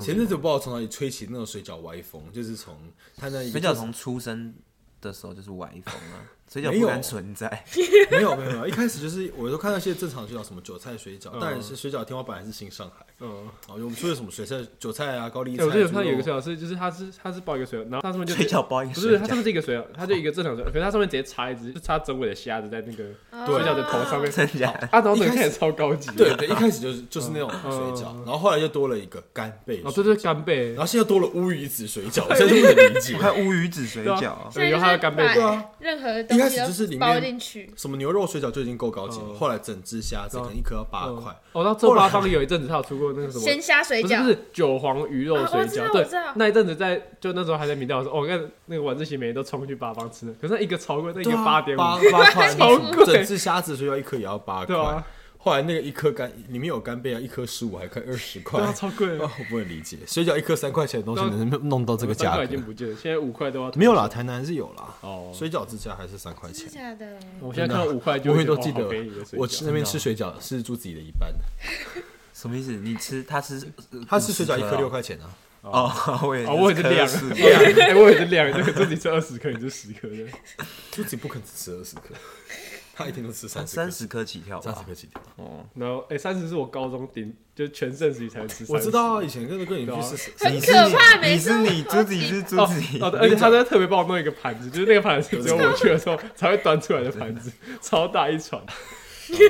D: 前阵子我不知道从哪里吹起那种水饺歪风，就是从他那一个
B: 水饺从出生的时候就是歪风
E: (laughs)
B: 啊，水饺
D: 没
B: 不
D: 有
B: 敢存在。
D: 没有没有没有，一开始就是我都看到一些正常水饺，什么韭菜水饺，但是水饺天花板还是新上海。
E: 嗯。
D: 哦，我们说的什么水菜、韭菜啊、高丽菜。
E: 哎，我记得他有一个
D: 猪
E: 水
D: 肉
E: 饺是，就是他是他是包一个水饺，然后他上面就
B: 水饺包一个
E: 不
B: 水
E: 是
B: 饺
E: 他上面是一个水饺，他就一个正常水饺，可是他上面直接插一只，就插整尾的虾子在那个水
D: 对
E: 饺的头上面，
B: 真假的
E: 啊，然后整
D: 一
E: 个
D: 开始
E: 看起来超高级，
D: 对对，一开始就是就是那种水饺，然后后来又多了一个干贝
E: 嗯哦，
D: 水
E: 对对，干贝
D: 然，后现在
E: (laughs)
D: 多了乌鱼子水饺，我真的不能理解。
B: 还有乌鱼子水
E: 对
B: 饺
E: 啊
B: 啊，
E: 对有他的干贝
D: 对
E: 水
F: 所以就是
D: 啊，
F: 任何
D: 一一
F: 东
D: 开
F: 西
D: 始就是里
F: 都
D: 面
F: 包进去，
D: 什么牛肉水饺就已经够高
E: 嗯
D: 级了，后来整只虾子可能一颗要八块，
E: 哦，到这八方有一阵子他有出过那个什么
F: 鲜虾水
E: 不是
F: 饺
E: 不是韭黄鱼肉
F: 啊
E: 水
F: 我知
E: 饺，
F: 道我
E: 对
F: 知道，
E: 那一阵子在就那时候还在民调的时候，哦，我看那个晚自习每天都冲去八方吃，可是那一个超贵，那一个八点五，
D: 啊八八块，
E: 超贵
D: 整只虾子所以要一颗也要八块。
E: 对啊
D: 后来那个一颗干里面有干贝啊，一颗十五还快二十块，
E: 对啊，超贵，
D: 啊我不能理解，水饺一颗三块钱的东西
E: 对啊
D: 能弄到这个
E: 三
D: 价
E: 块
D: 格
E: 已？经不见了，现在五块都要
D: 没有啦，台南是有啦，
E: 哦。
D: 水饺之家还是三块钱
F: 真的。假的？
E: 我现在看到五块
D: 啊
E: 就
D: 我会
E: 会觉
D: 都
E: 得
D: 记
E: 哦
D: 得
E: 好便宜的，水饺
D: 我吃那边吃水饺是住自己的一半，
B: 什么意思？你吃他吃呃
D: 他吃水饺一
B: 50
D: 颗六块钱啊，
B: 哦，我也
E: 哦，我也是
B: 是
E: 量
B: 吃
E: 量， (laughs) 哎，我也是
D: (laughs)
E: 量，这个这里吃二十颗，你吃十颗的，
D: 朱子不肯只吃二十颗，他一天都吃三
B: 三
D: 十
B: 十颗起跳
D: 颗，三十
B: 吧。
D: 颗起跳。
E: 然后哎，三十是我高中顶，就全盛时期才能吃30，
D: 我知道啊，以前跟着跟你
E: 对
D: 去
E: 啊
D: 吃
F: 很
B: 你是
F: 可怕
B: 你
F: 没
B: 你是
F: 错
B: 你朱子怡是朱
E: 哦
B: 子怡，
E: 哦，对 (laughs) 而且他在特别帮我弄一个盘子，就是那个盘子只有我去的时候才会端出来的盘子，超大一串。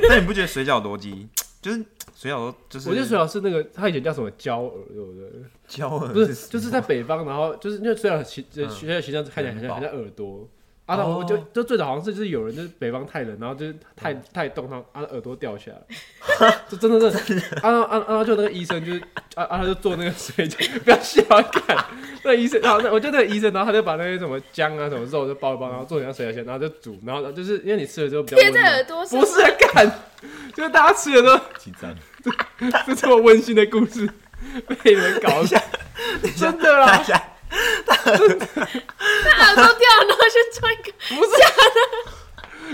B: 但你不觉得水饺逻辑就是水饺都就是
E: 我觉得水饺是那个，它以前叫什么焦耳，对不对？
B: 焦耳
E: 不是，就是在北方，然后就是因为水饺其呃
B: 嗯
E: 学校形象看起来很
B: 很
E: 像很
B: 饱
E: 像耳朵。啊，然后
B: 哦
E: 就就最早好像是就是有人就是北方太冷，然后就是太太冻，然后啊耳朵掉下来， (laughs) 就真的真的，啊然后啊啊然后就那个医生就是啊啊他就 (laughs) 做那个水饺，不要笑，看那医生，然后那我就那个医生，然后他就把那些什么姜啊什么肉就包一包，然后做成像水饺馅，然后就煮，然后就是因为你吃了之后比较
F: 贴
E: 温
F: 在
E: 暖
F: 耳朵上，
E: 不是啊干，就是大家吃了都
D: 鸡蛋，
E: 这这么温馨的故事 (laughs) 被你们搞下，真的啦
B: 大，
E: (laughs)
B: 家
F: 他耳朵掉，然后去做一个，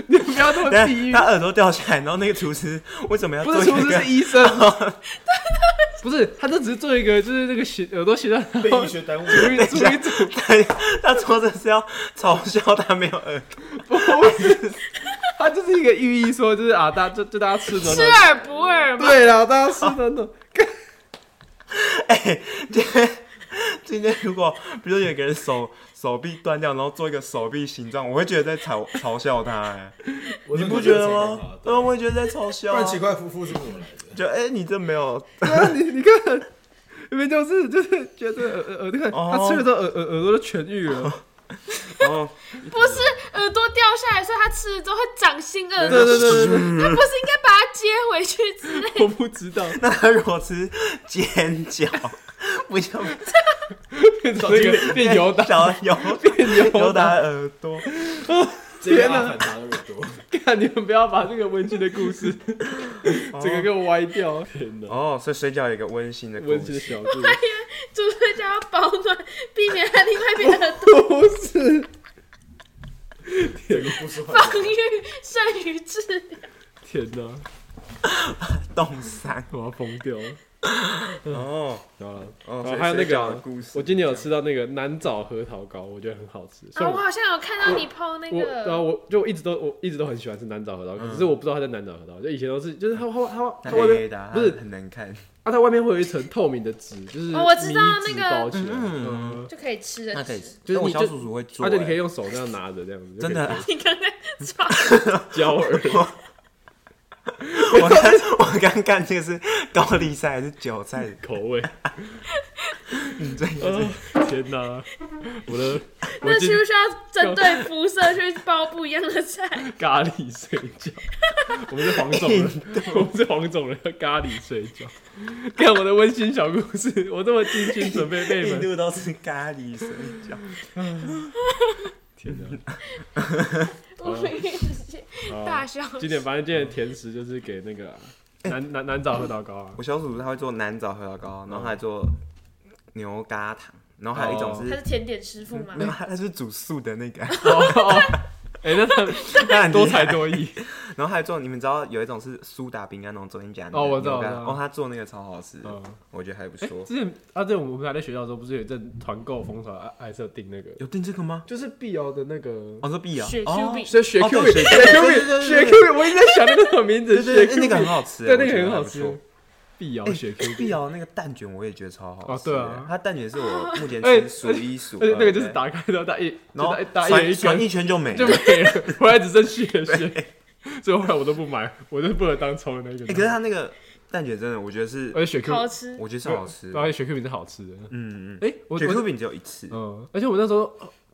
E: 你们不要这么
B: 等
E: 地
B: 一
E: 狱
B: 下，他耳朵掉下来，然后那个厨师为什么要
E: 不
B: 做
E: 是
B: 一
E: 厨师
B: 个
E: 是医生， (laughs) 不是，他这只是做一个就是那个血耳朵血的，
D: 被医
E: (laughs)
D: 学耽误。
E: 煮一煮一煮，
B: 他说的是要嘲笑他没有耳朵，
E: 不是， (laughs) 他就是一个寓意说就是啊，大家就就大家吃暖
F: 吃
E: 暖，
F: 耳不耳嘛，
E: 对啦，大家吃暖暖，
B: (laughs) 今天如果比如说有个人手手臂断掉，然后做一个手臂形状，我会觉得在嘲嘲笑他、
E: (laughs)
B: 哎，你不觉得吗？对，我会觉得在嘲笑、
D: 不
B: 啊
D: 然。奇怪，夫妇是我来的。
B: 就哎、你这没
E: (laughs)
B: 有
E: 啊你你看。明明就是就是觉得耳耳那个，
B: 哦
E: 他吃了之后耳耳耳朵都痊愈了，
B: 哦，
F: 不是耳朵掉下来，所以他吃了之后会长新耳
E: 对
F: 朵，
E: 对对对
F: 他 (laughs) 不是应该把它接回去之类的？
E: 对，我不知道，
B: 那他如果吃煎饺，不像
E: 变成一个 (laughs) 变油打，
B: 小油
E: 变油
B: 油打
E: 打，
B: 耳
E: (laughs)
B: 朵，
D: 天哪，反差那么多，
E: 看你们不要把这个温馨的故事整个给我歪掉，天哪！
B: 哦，所以水饺有一个温馨的故
E: 温馨的
B: 事。
E: 小故事。
F: 主持人要保暖，避免他另外一边的耳 (laughs) 朵
E: 不是，
F: 防御剩余治疗。
E: 天哪，
B: 冻三
E: 我要疯 (laughs) 掉了！
B: 哦
E: 啊，
B: 哦，
E: 然
B: 所
E: 后
B: 以
E: 还有那
B: 水饺的
E: 个
B: 故事，
E: 我今年有吃到那个南枣核桃糕，我觉得很好吃。虽
F: 啊，
E: 然
F: 我
E: 我
F: 好像有看到你 PO 那
E: 我然后
F: 个，
E: 我就我一直都我一直都很喜欢吃南枣核桃糕，只是我不知道它在南枣核桃，就以前都是就是它它它它
B: 嗯那
E: 外
B: 黑黑
E: 面
B: 的啊，
E: 不是
B: 很难看。
E: 啊，它外面会有一层透明的纸，就是
F: 哦我知道
E: 米纸
F: 那个
E: 包起来，
B: 嗯
E: 嗯，
F: 就可以吃了。
B: 那可以，
E: 就是
B: 但我
E: 你就
B: 小叔叔会做、
E: 而且你可以
B: 欸，
E: 用手这样拿着这样子，
B: 真的
F: (laughs)
B: 啊
F: 你刚才抓，
E: 焦耳，
B: (laughs)
E: (laughs)
B: 我刚我刚看这个是高丽菜还是韭
E: (laughs)
B: 菜？
E: 口
B: (laughs)
E: 味。
B: 你最
E: 啊天哪，我的我
F: 那
E: 今
F: 需不需要针对肤色去包不一样的
B: (laughs)
F: 菜？
E: 咖喱水 (laughs) 饺，我们是黄种人，我们是黄种人，咖喱水饺。看我的温馨小故事，我这么精心准备被你
B: 印
E: 们，
B: 度都是咖喱水饺，
E: 天哪！啊
F: 无语之间
B: 哦
F: (laughs) 大笑。
E: 今天反正今天的甜食就是给那个啊南南南枣核桃糕 (laughs) 啊，
B: 我小叔叔他会做南枣核桃糕，然后还做牛轧糖，然后还有一种
F: 他
B: 是
F: 是甜点师傅吗
B: 没？有，他他是煮素的那
E: (laughs)
B: 个，
E: 哦，哎，那他们
B: 他很厉害
E: 多才多艺，
B: 然后还有做，你们知道有一种是苏打饼干那种，昨天讲的
E: 哦我知道
B: 牛轧
E: 我知
B: 糖
E: 道
B: 哦，他做那个超好吃
E: 嗯，
B: 我觉得还不错。
E: 之前啊，对，我们还在学校的时候，不是有一阵团购风潮，啊还是有订那个，
B: 有订这个吗？
E: 就是碧瑶的那个，
B: 我说必啊，
F: 雪
B: 哦
F: 丘比，
E: 是雪 Q
B: 对
E: 雪
B: 雪
E: Q 雪 Q，我一直在想那种名字，
B: 对
E: 雪
B: 对对，哎
E: Q
B: 那个很好吃，啊
E: 对，
B: 我
E: 那
B: 觉
E: 个
B: 得
E: 很
B: 还
E: 好
B: 不
E: 吃
B: 错。，
E: 碧瑶
B: 哎
E: 雪 Q
B: 碧瑶那个蛋卷我也觉得超好
E: 哦
B: 吃
E: 对
B: 的，
E: 啊
B: 它蛋卷是我目前
E: (laughs) 哎
B: 吃数一数
E: 而
B: 二
E: 且，那个就是
B: 对
E: 打开之后，大一，
B: 然后
E: 就大大一
B: 转
E: 人一
B: 转
E: 根
B: 一圈就没
E: 就
B: 了。
E: 没了，
B: (laughs)
E: 回来只剩血血。所以后来我都不买，我就不能当抽的那个
B: 哎，。可是它那个蛋卷真的，我觉得是，
E: 而且雪 Q，
F: 好吃。
B: 我觉得是好吃的。
E: 而且雪 Q 饼是好吃的。
B: 嗯嗯，
E: 哎，我
B: 卷 Q
E: 我嗯
B: 饼只有一次，
E: 嗯，而且我那时候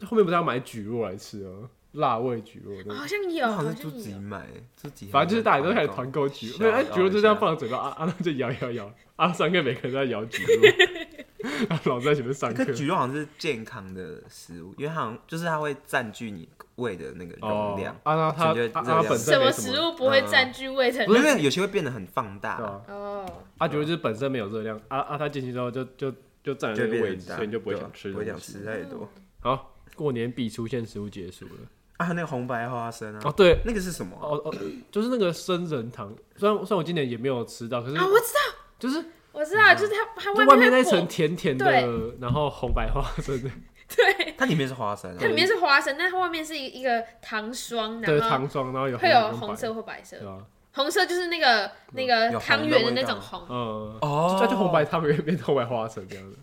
E: 后面不是要买蒟蒻来吃啊？辣味焗肉
B: 哎
E: 那种
F: 好像有，
B: 那好
F: 好
B: 像
F: 像
B: 自己
F: 有。
B: 买，自己
E: 反正哦啊就是大家都开始团
B: 团
E: 购橘，
B: 小
E: 没有，哎
B: 摇
E: 橘肉就这样
B: 一下
E: 放在嘴巴，啊啊，那就摇摇摇，啊，三个每个人都在摇橘肉，
B: (laughs)
E: 啊，老子在前面上
B: 可
E: 课，
B: 是橘肉好像是健康的食物，因为它好像就是它会占据你胃的那个容
E: 哦
B: 量，，
E: 啊，然后它
B: 所以就
E: 啊
B: 热
E: 啊
B: 量
E: 它本身
F: 什
E: 没
F: 么
E: 什
F: 食
E: 么，
F: 物不会占据胃的？
B: 啊不是，因为有些会变得很放大
E: 对，吧？
F: 哦，
E: 啊，
B: 嗯
E: 橘肉就是本身没有热量，啊啊，它进去之后就就就占了
B: 就会变得
E: 那个位
B: 很
E: 置，
B: 大，
E: 所以你就不会
B: 对啊
E: 想吃，
B: 不会想吃。太多
E: 好，过年必出现食物结束了，
B: 啊。那个红白花生
E: 哦，
B: 啊，
E: 对，
B: 那个是什么啊？
E: 哦哦，就是那个生人糖，虽然虽然我今年也没有吃到，可是
F: 啊，我知道，
E: 就是
F: 我知
B: 啊
F: 道，就是它它
E: 就外面
F: 面
E: 那
F: 会
E: 一层
F: 裹，
E: 甜甜的
F: 对，
E: 然后红白花生
F: (laughs)
E: 的，
F: 对，
B: 它里面是花生啊
F: 它，里面是花生，但它外面是一一个糖霜，
E: 对，
F: 然后
E: 糖霜，然后有
F: 会有红
E: 色，
F: 色或白色
E: 对，吧？
F: 红色就是那个那
B: 有红
F: 个汤圆的
B: 的
F: 那
B: 味道
F: 种红，
E: 嗯，
B: 哦
E: 那就红白汤圆变成红白花生这样子。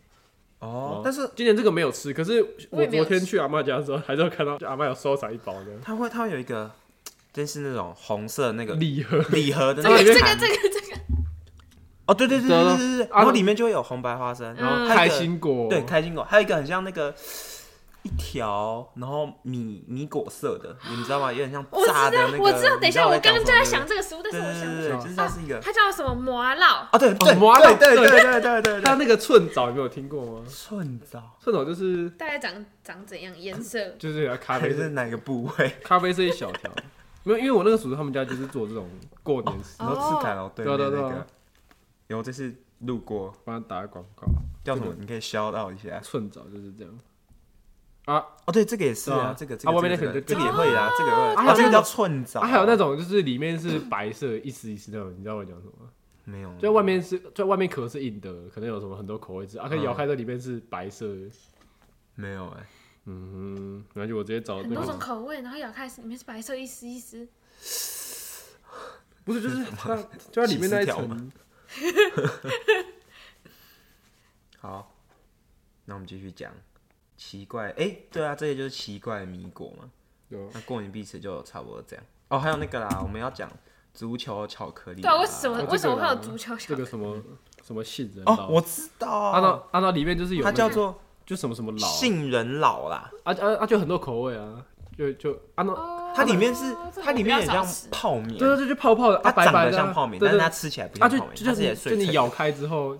B: 哦，但是
E: 今年这个没有吃，可是
F: 我
E: 我
F: 也没有
E: 昨天
F: 吃
E: 去阿嬷家的时候，还是有看到就阿嬷有收藏一包的
B: 它会它会有一个，就是那种红色那个
E: 礼盒，
B: 礼盒的
F: 这
B: 那
F: 个
B: 个
F: 这个
B: 盘
F: 这个这个，
B: 哦，对对对对对对对，
E: 啊
B: 然后里面就会有红白花生，
E: 然后
F: 嗯
B: 还有
E: 开
B: 一个
E: 心果，
B: 对，开心果，还有一个很像那个一条，然后米米果色的，你们知道吗？有点像
F: 我知
B: 炸
F: 道
B: 的那个。
F: 我知道，
B: 你
F: 等一下，
B: 我在
F: 我
B: 讲
F: 刚刚就
B: 什么
F: 在想，这个食物，但
B: 对
F: 是我
B: 对对
F: 想不
B: 对
F: 起
B: 对，
F: 来啊
B: 就是它是一个
F: 它叫什么麻辣，
B: 啊，对对
E: 麻辣
B: 对对对
E: 哦对
B: 对
E: (laughs)
B: 对
E: 它
B: 对，
E: 那个寸枣，你有听过吗？
B: 寸枣
E: 寸枣就是
F: 大概长长怎样颜色？
E: 就是咖
B: 还
E: 啡
B: 是
E: 色，
B: 哪个部
F: 哦
B: 位？
E: 咖啡色一小条， (laughs) 没有，因为我那个叔叔他们家就是做这种过年吃，
B: (laughs) 然后吃凯哦，对
E: 对啊
B: 对
E: 对啊
B: 那
E: 对
B: 个
E: 啊，
B: 有这次路过
E: 帮他打个广告，
B: 叫什么？你可以消到一下。
E: 寸枣就是这样。
B: 哦，对，这个也是
E: 对
B: 啊
E: 啊，
B: 这个这
E: 啊
B: 个
E: 外面那
B: 这个
E: 个
B: 这
E: 就
B: 个也会啊，这个也
E: 啊
B: 会，
E: 还有
B: 哦，这
E: 那
B: 个叫
E: 种
B: 寸枣，
E: 啊，还有那种就是里面是白色一丝一丝那种，你知道我讲什么吗？
B: 没有，
E: 就外面是，就外面壳是硬的，可能有什么很多口味之，啊，可以
B: 嗯
E: 咬开的里面是白色的，
B: 没有哎，
E: 嗯，然后就我直接找
F: 很多种口味，然后咬开是里面是白色，一丝一丝。
E: 不是，就是它，就它里面那一层，
B: 好，那我们继续讲奇怪，哎、对啊，这些就是奇怪的米果嘛。
E: 对啊
B: 那过年必吃就差不多这样。哦，还有那个啦，我们要讲足球巧克力
F: 对
B: 啦。
F: 啊，为什么
E: 这个
F: 为什么会有
E: 啦
F: 足球
E: 这
F: 小
E: 个什么什么杏仁
B: 哦，我
E: 酪，
B: 知道，
E: 按照按照里面就是啊有
B: 它
E: 那
B: 叫
E: 个，
B: 做
E: 就什么什么老，
B: 杏仁老啦，
E: 啊啊啊，就很多口味啊，就就按照，
F: 哦
B: 它里面是、
F: 这个
B: 它里面
F: 哦
B: 很
F: 我比较少
B: 像
F: 吃
B: 泡面，
E: 对对对，就泡泡的，啊
B: 它
E: 白
B: 长
E: 白
B: 得
E: 的
B: 像
E: 啊，
B: 泡面，
E: 对
B: 但是
E: 对
B: 它吃起来不
E: 啊
B: 像
E: 就
B: 泡面，
E: 就
B: 它吃起来
E: 是
B: 碎
E: 就
B: 脆
E: 你
B: 的
E: 咬开之后，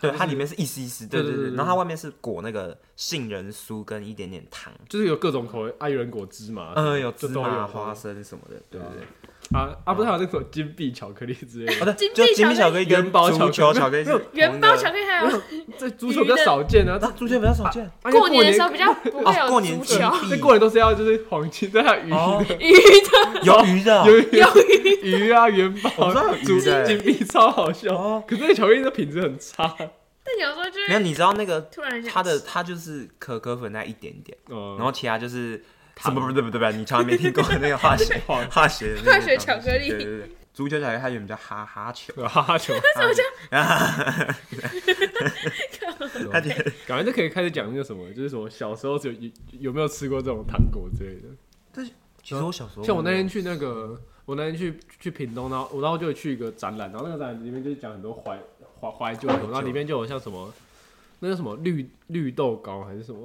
B: 对，
E: 它
B: 它
E: 就是
B: 里面是一丝一丝，
E: 对
B: 对
E: 对
B: 对
E: 对
B: 对，
E: 对
B: 然后它外面是裹那个杏仁酥跟一点点糖，
E: 就是有各种口味，啊，有人果芝麻，
B: 嗯，有芝
E: 就都
B: 麻
E: 有
B: 花嗯生什么的，对对对。
E: 啊啊，不是还有那种金币巧克力之类的
F: (laughs)
B: 哦，。对，
F: 金
B: 就
F: 币
B: 金币
F: 巧
B: 巧
F: 克
B: 克
F: 力
B: 力跟
E: 元宝
B: 足球巧克力
E: 没有
B: 是
F: 元宝巧
B: 同一个，
F: 克力
E: 没
F: 还
E: 有
F: 有
E: 这足球比较少见啊，
B: 那足球比较少见
E: 啊因为
F: 过年的时候
E: 过
F: 比较不会
B: 哦过年
F: 有足球，
B: 金
E: 那
B: 币
E: 过年都是要就是黄金，对啊，鱼
B: 哦，
F: 鱼
B: (laughs)
F: 的
B: 有鱼的，
E: 有鱼啊，元
B: 哦我
E: 宝
B: 知道有、
E: 足
B: 鱼的欸
E: 金币超好笑。
B: 哦。
E: 可是那个巧克力的品质很差，
F: 但有时候就
B: 没有，
F: 是
B: 你知道那个
F: 突然很想
B: 它的
F: 吃
B: 它就是可可粉那一点点，
E: 然
B: 然后其他就是嗯什么不对不对不对，你从来没听过的那个化学
E: 化
B: 化学的那个
F: (laughs) 化学
B: 东西
F: 巧克力
B: 对对对，足球巧克力它原本叫哈哈球，
E: 啊哈哈球，
B: 它就
E: 感觉就可以开始讲那个什么，就是什么小时候有有有没有吃过这种糖果之类的。
B: 其实我小时候
E: 像我那天去那个，我那天去去屏东，然后我然后就去一个展览，然后那个展览里面就是讲很多怀怀怀旧的东西，然后里面就有像什么那个什么绿绿豆糕还是什么，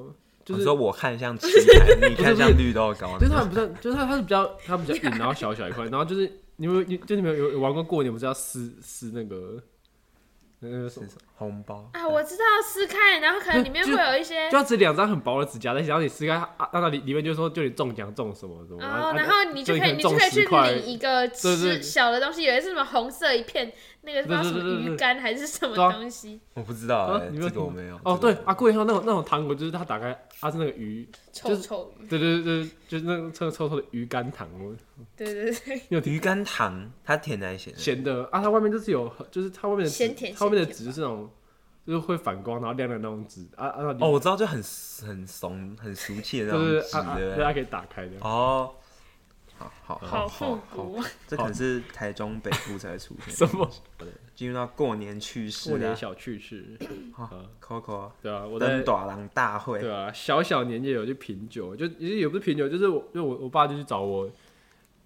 E: 就
B: 你
E: 是
B: 说我看像棋
E: (laughs)
B: 盘，你看像绿豆糕，
E: 就是它不是，就是它它是比较它比较硬，然后小小一块，然后就是你们有你就你们有有玩过过年不是要撕撕那个那个什么，
B: 红包
F: 啊，我知道撕开，然后可能里面会有一些
E: 就，要只两张很薄的纸夹在一起，然后你撕开它啊，那里里面就说就你中奖中什么什么，
F: 哦，
E: 啊
F: 然后你就可以你就
E: 中
F: 可以去
E: 十块
F: 领一个
E: 对
F: 吃
E: 对
F: 小的东西，有一是什么红色一片，那个不知道
E: 对
F: 什
E: 对
F: 么
E: 对对
F: 鱼干还是什么
E: 对啊
F: 东西，
B: 我不知道
E: 啊
B: 哎，
E: 你没有
B: 这个我
E: 听
B: 没有
E: 哦，
B: 这
E: 对
B: 个我没有
E: 啊，过年后那种那种糖果就是它打开它是那个鱼，
F: 臭臭鱼，
E: 对对对，对就是那个臭臭臭的鱼干糖，哦我
F: 对对对，
E: 你有听
B: 鱼干糖，它甜的还是咸的？
E: 咸的啊，它外面就是有，就是它外面的纸
F: 咸甜
E: 它外面的
F: 咸甜
E: 纸是那种就是会反光然后亮亮的那种纸啊啊，
B: 哦，我知道，就很很怂、很俗气的那
E: 就
B: 种
E: 是
B: 纸，
E: 啊啊，
B: 对
E: 对
B: 不对？
E: 它可以打开的。
B: 哦，好好
F: 好
B: 好
F: 复
B: 好，
F: 古，啊
B: 这可能是台中北部才会出现。
E: 什么？
B: 进入到过年趣事
E: 过年
B: 啦
E: 小趣事，
B: ，Coco
E: 对啊，我在
B: 登短廊大
E: 对啊
B: 会，
E: 啊，小小年夜有去品酒，就也也不是品酒，就是我就我我爸就去找我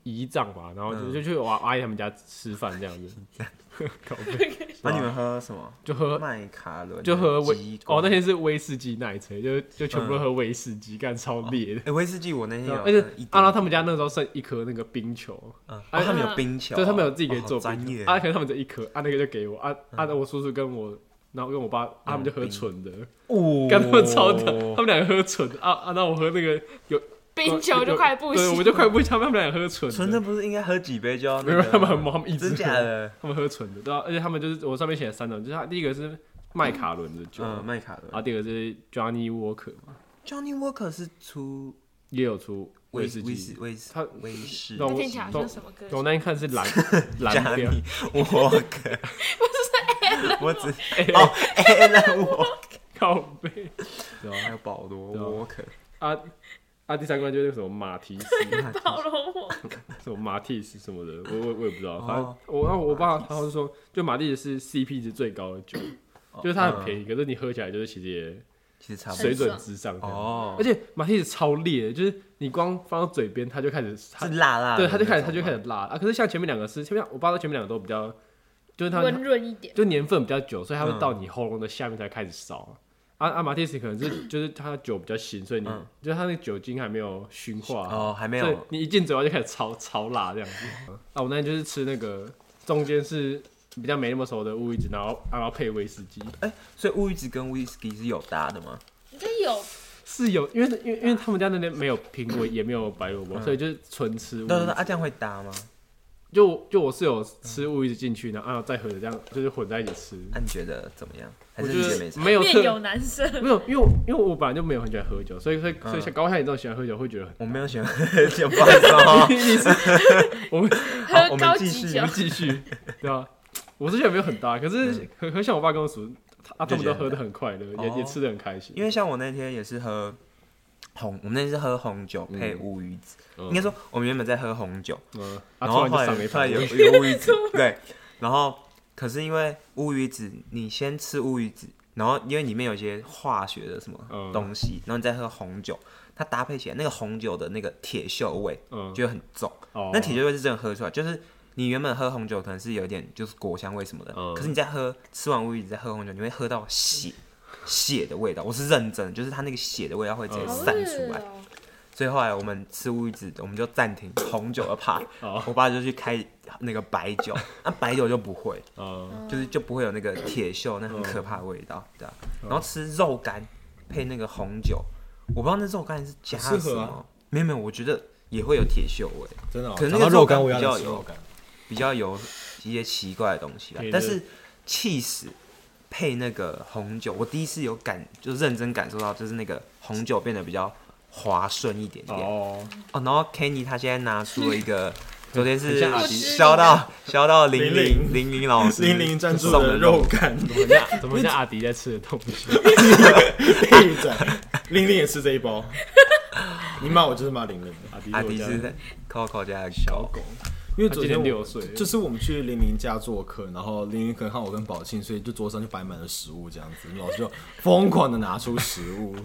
E: 姨丈吧，然后就就去我阿姨他们家吃饭嗯 (laughs) 这样子，靠背
B: 那你们喝什么？
E: 就喝
B: 麦卡伦的
E: 呃就喝威
B: 鸡
E: 哦
B: 冠，
E: 那天是威士忌奶茶，就就全部都喝威士忌，干超烈的。
B: 哎威士忌，我那天有喝
E: 而
B: 一
E: 且
B: 点点，
E: 按照他们家那时候剩一颗那个冰球，
B: 嗯，哦他们有冰球，
E: 哎对，他们有自己可以
B: 哦好
E: 做
B: 专
E: 冰
B: 业嗯
E: 球，啊，可能他们这一颗，啊那个就给我，啊啊那我叔叔跟我，然后跟我爸，啊他们就喝纯的，
B: 哦
E: 干他们超屌，他们两个喝纯的，啊啊那我喝那个有
F: 冰球就快不
E: 对，
F: 行，
E: 我就快不行，他们两个喝纯
B: 纯的不是应该喝几杯就要
E: 没
B: 那
E: 有，
B: 个？
E: 他们很猛，他们一直
B: 真
E: 喝
B: 假的？
E: 他们喝纯的，对啊，而且他们就是我上面写了三种，就是他第一个是麦卡伦的酒，啊
B: 嗯，麦卡
E: 然后
B: 伦。
E: 第二个是 Johnny Walker 嘛，
B: Johnny Walker 是出
E: 也有出威
B: 威
E: 士
B: 威
E: 忌
B: 士，威士
E: 他
B: 威
E: (laughs)
B: 士
E: 那
F: 那
E: 我
F: 听起来好像什么歌？
E: (laughs) 我那天看是
B: (laughs)
E: 蓝蓝标，
B: Johnny Walker，我只
E: (laughs)
B: 哦 Alan Walker，
E: 哎靠背，对
B: 还
E: 吧？
B: 有保罗
E: 对啊
B: Walker，
E: 啊啊，第三关就是那个什么马
B: (laughs)
E: 提斯，
F: 暴露我，
E: 什么马蒂斯什么的，我我我也不知道，
B: 哦
E: 反正我然后我爸他就说，就马蒂斯是 CP 值最高的酒，
B: 哦
E: 就是它很便
B: 嗯
E: 宜，可是你喝起来就是其实也
B: 其实差不
E: 水
B: 多。
E: 准之上这样
B: 哦
E: 而，且马蒂斯超烈的，就是你光放到嘴边，它就开始，它
B: 是辣辣的
E: 对，
B: 那种吗，
E: 它就开始它就开始辣啊。可是像前面两个是前面我爸说前面两个都比较，就是它
F: 温润一点。
E: 就年份比较久，所以它会
B: 嗯
E: 到你喉咙的下面才开始烧。啊啊，马蒂斯可能
B: (coughs)
E: 是就是它酒比较新，所以你
B: 嗯
E: 就是它那个酒精还没有熏化
B: 哦，还没
E: 所以
B: 有
E: 你一进嘴巴就开始超超辣这样子。啊，我那天就是吃那个中间是比较没那么熟的乌鱼子，然后啊然后配威士忌，
B: 所以乌鱼子跟 whisky 是有搭的吗？
F: 应该有
E: 是有因为因为因为他们家那边没有苹果也没有白萝卜，所以就是纯吃乌鱼
B: 嗯对对对，
E: 子。
B: 啊，这样会搭吗？
E: 就就我是有吃乌鱼子进去，然后啊再喝的这样，就是混在一起吃。
B: 那你觉得怎么样？还
E: 我
B: 是
E: 觉
B: 你觉得没
E: 得
B: 差？
E: 没有
F: 面
E: 特
F: 有男生， (laughs)
E: 没有，因为我因为我本来就没有很喜欢喝酒，所以所以所以
B: 嗯
E: 像高像你这种喜欢喝酒会觉得很。
B: 我没有喜 (laughs) 欢喝酒，不好意思哦
E: (laughs) 你是我们
F: 喝
B: 我们
F: 高
B: 继
F: 级
B: 续
F: 酒，
E: 继续对啊，我之前没有很大，可是很很像我爸跟我数，他啊他们都喝的很快乐，也
B: 哦
E: 也吃的很开心。
B: 因为像我那天也是喝红，我们那天是喝红酒配乌鱼子，应该说我们原本在喝红酒，
E: 嗯，啊
B: 然
E: 突
B: 后
E: 然就
B: 后来
E: 上了一
B: 后
E: 盘
B: 来有有乌鱼
E: (laughs)
B: 子，对，然后可是因为乌鱼子，你先吃乌鱼子，然后因为里面有一些化学的什么
E: 嗯
B: 东西，然后你再喝红酒，它搭配起来那个红酒的那个铁锈味
E: 嗯，
B: 就很重，
E: 哦
B: 那铁锈味是真的喝出来，就是。你原本喝红酒可能是有一点就是果香味什么的，
E: 嗯
B: 可是你在喝吃完乌鱼子再喝红酒，你会喝到血血的味道。我是认真的，就是它那个血的味道会直接
F: 好
B: 散出
F: 热
B: 来。
F: 哦
B: 所以后来我们吃乌鱼子，我们就暂停红酒的 part，
E: 哦
B: 我爸就去开那个白酒，那、白酒就不会，
E: 嗯
B: 就是就不会有那个铁锈那很可怕的味道，对啊。然后吃肉干配那个红酒，我不知道那肉干是加
D: 很
B: 了
D: 适
B: 什
D: 合啊
B: 么，没有没有，我觉得也会有铁锈味，
D: 真的哦。
B: 可能
D: 讲
B: 那
D: 到
B: 个
D: 肉
B: 肉干
D: 干，我也
B: 比较
D: 要吃
B: 有
D: 肉干。
B: 比较有一些奇怪的东西啦
E: 对。
B: 但
E: 对
B: 是气死配那个红酒，我第一次有感就认真感受到，就是那个红酒变得比较滑顺一点点。
E: 哦，
B: 哦，然后 Kenny 他现在拿出了一
E: (laughs)
B: 个，昨天是
E: 像阿
F: 迪
B: 销到
E: (laughs)
B: 销到零
D: 零
B: 零零零老师
D: 零零赞助
B: 送
D: 的
B: 的
D: 肉 (laughs) 干，
E: 怎么像怎么像阿迪在吃的东西？
D: 闭嘴！玲玲也吃这一包，你骂我就是骂玲玲，
E: 阿迪
B: 阿迪
E: 我家
B: 是
E: 的
B: Coco 家的小狗，
D: 因为
E: 他
D: 昨
E: 今
D: 天
E: 年
D: 我
E: 六岁，
D: 就是我们去玲玲家做客，然后玲玲可能看我跟宝庆，所以就桌上就摆满了食物这样子，老师就疯狂的拿出食
E: (laughs)
D: 物，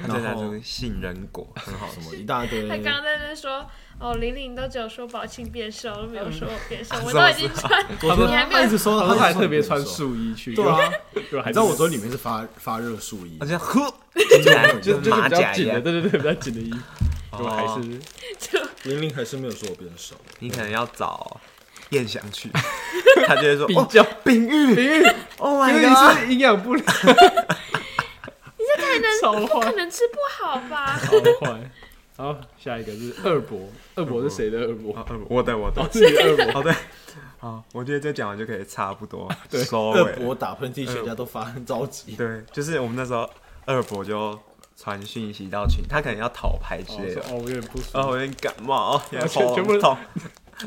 B: 他正在
D: 然后
B: 出杏仁果，很好
D: 什
B: 吃。
D: 么一大堆
F: 他，刚刚在那说，哦，玲玲都只有说宝庆变瘦，都没有说我变瘦，我
B: 什
F: 都
B: 么
F: 已经穿，
D: 我哎
F: 你还没
D: 他一
F: 有
D: 直收到，
E: (laughs) 他
D: 他
E: 还
D: 一直收 (laughs)
E: 特别
D: 到
E: 穿，素衣去，
D: 对啊，
E: 对，还
D: 你知道我昨天里面是发发热素衣
B: 他， (laughs) 这样喝进来
E: (laughs)
B: 就
E: 就就
B: 是
E: 是
B: 马
E: 比较
B: 甲一
E: 紧的，
B: 样，
E: 对对对，比较紧的衣服，我还
B: 哦
E: 是
F: 就
D: 玲玲还是没有说我变瘦，
B: 你可能要找燕翔去， (laughs) 他就会说
E: 比
B: 哦，
E: 较，
B: 冰玉
E: 因为
B: ，Oh
E: 因
B: my
E: 为
B: god，
E: 是营养不良，
F: 太能
E: 超
F: 不
E: 坏
F: 可。能吃不好吧？
E: 好坏。好，下一个是二伯，二伯是谁的二伯？
B: 哦我的我的
E: 哦，，自己的二伯。
B: 好的，好，我觉得这讲完就可以差不多
E: 啊对
B: 收
D: 各
B: 尾。
D: 博打喷嚏，全家都发很着急，
B: 对，就是我们那时候二伯就传讯息到群，他可能要讨牌之类的。
E: 哦，我有点不舒
B: 然后
E: 服。
B: 我有点感冒，然后
E: 全全部
B: 痛。 (laughs)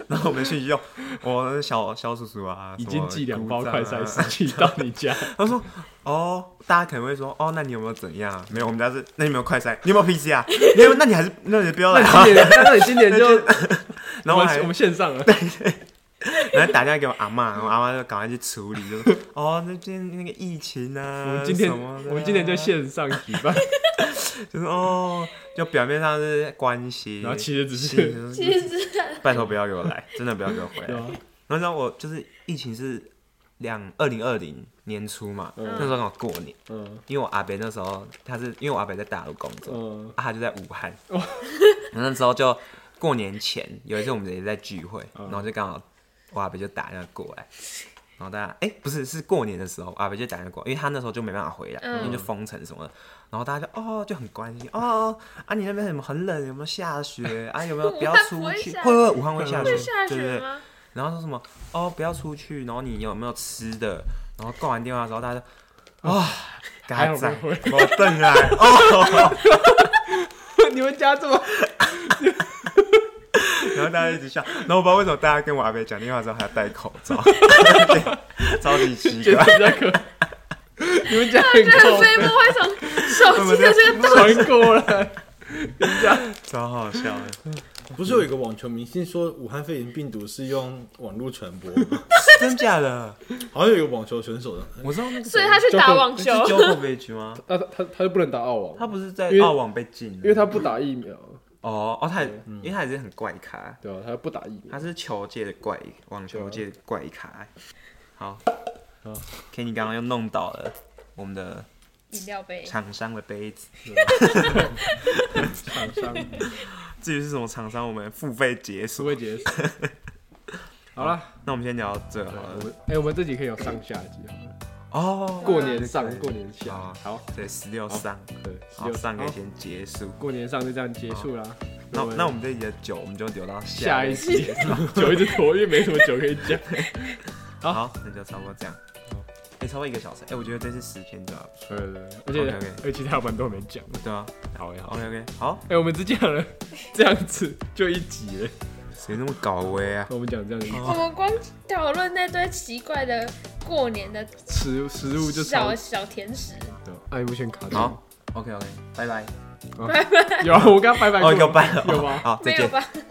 B: 然后我们讯息就，我小小叔叔啊，
E: 已经寄两包快
B: 赛
E: 筛试剂到你家，
B: (laughs) 他说：“哦，大家可能会说，哦，那你有没有怎样？没有，我们家是，那你有没有快筛？你有没有
E: (laughs)
B: PCR？没有，那你还是，那你不要来啊。
E: 今年， (laughs) 那你今年就 (laughs)
B: 然后我
E: 我们
B: 还
E: 我们线上了，
B: 然后打电话给我阿妈，我阿妈就赶快去处理，就说，哦，那今天那个疫情啊，
E: 我们今天
B: 什么的啊
E: 我们今年就线上举 (laughs) 办，
B: 就是哦，就表面上是关系，
E: 然后其实只是
B: 其实
F: 其实
B: 拜托不要给我来，真的不要给我回来。
E: 对
B: 然
E: 啊
B: 后你知道我就是疫情是两二零二零年初嘛，那时候刚好过年，
E: 嗯
B: 因为我阿北那时候他是因为我阿北在大陆工作，
E: 嗯
B: 啊，他就在武汉。
F: 哦
B: 然 (laughs) 后那时候就过年前有一次我们也在聚会，
F: 嗯
B: 然后就刚好我阿伯就打电话过来，然后大家哎、不是是过年的时候，阿伯就打电话过来，因为他那时候就没办法回来，
F: 嗯
B: 因为就封城什么的。然后大家就哦就很关心哦啊你那边有没有很冷有没有下雪
F: (laughs)
B: 啊有没有不要出
F: 武汉不会
B: 去
F: 下
B: 会会武汉会下雪
F: 会下
B: 对对
F: 雪
B: 对
F: 吗？
B: 然后说什么哦不要出去然后你有没有吃的然后挂完电话之后大家就
F: (laughs)
B: 啊
E: 还
B: 嘎
E: 有
B: 仔
E: 没回
B: 我瞪来哦
E: (laughs) 你们家这么
B: 然后大家一直笑，然后我不知道为什么大家跟我阿伯讲电话的时候还要戴口罩，超级奇
E: 简
B: 怪。
E: 直那个， (laughs) 你们家很
F: (laughs) 这个
E: 够
F: 飞沫会从手机的这个洞
E: 传过来，
B: 超好笑的。
D: 不是有一个网球明星说武汉肺炎病毒是用网络传播吗？ (laughs)
B: 真假的？
D: 好像有一个网球选手的，
B: 我知道那个
F: 所以他去打网
B: 是
F: 球，
B: Djokovic 吗？
E: 他他他就不能打澳网，
B: 他不是在
E: 因为
B: 澳网被禁了，
E: 因为他嗯不打疫苗，
B: 哦哦，他也因为他也是很怪咖，
E: 对啊吧？他不打疫苗，
B: 他是球界的怪，网球界
E: 啊
B: 的怪咖。好，K，你刚刚又弄倒了我们的
F: 饮料杯。
B: 厂商的杯子。
E: 厂 (laughs) 商
B: 至于是什么厂商，我们付费解
E: 除
B: 锁
E: 非。结束。好了，
B: 那我们先聊到这好
E: 我
B: 了。
E: 们哎，我们这集可以有上下集好了，
B: 哦，
E: 过年上，过
B: 年
E: 年下，
B: 啊
E: 好，
B: 对十六上。
E: 对，
B: 好，上
E: 个
B: 个先结束。
E: 过年上就这样结束啦。
B: 那
E: 们
B: 那我们这里的酒，我们就留到
E: 下
B: 一
E: 一
B: 集。
E: 集 (laughs) 酒一直拖，因为没什么酒可以讲。 (laughs) 好
B: 好，那就差不多这样。哎，超过一个小时。哎，我觉得这次时间就要
E: 对对，而且
B: OK，OK
E: 而且其他有蛮多没讲的。
B: 对啊。
E: 好呀好呀，
B: OK OK，好，
E: 哎，我们只讲了这样子就一集了，
B: 谁那么搞威啊？
E: 我们讲这样子
F: 我们光讨论那堆奇怪的过年的
E: 食食物就超
F: 小小甜食，
E: 对哎，不选卡住。
B: 好，，OK 嗯 OK，拜拜。
E: 有啊我刚刚拜拜过，
B: 哦，又拜了。
E: 有吗？
B: 好，再
F: 没
B: 见
F: 有。吧？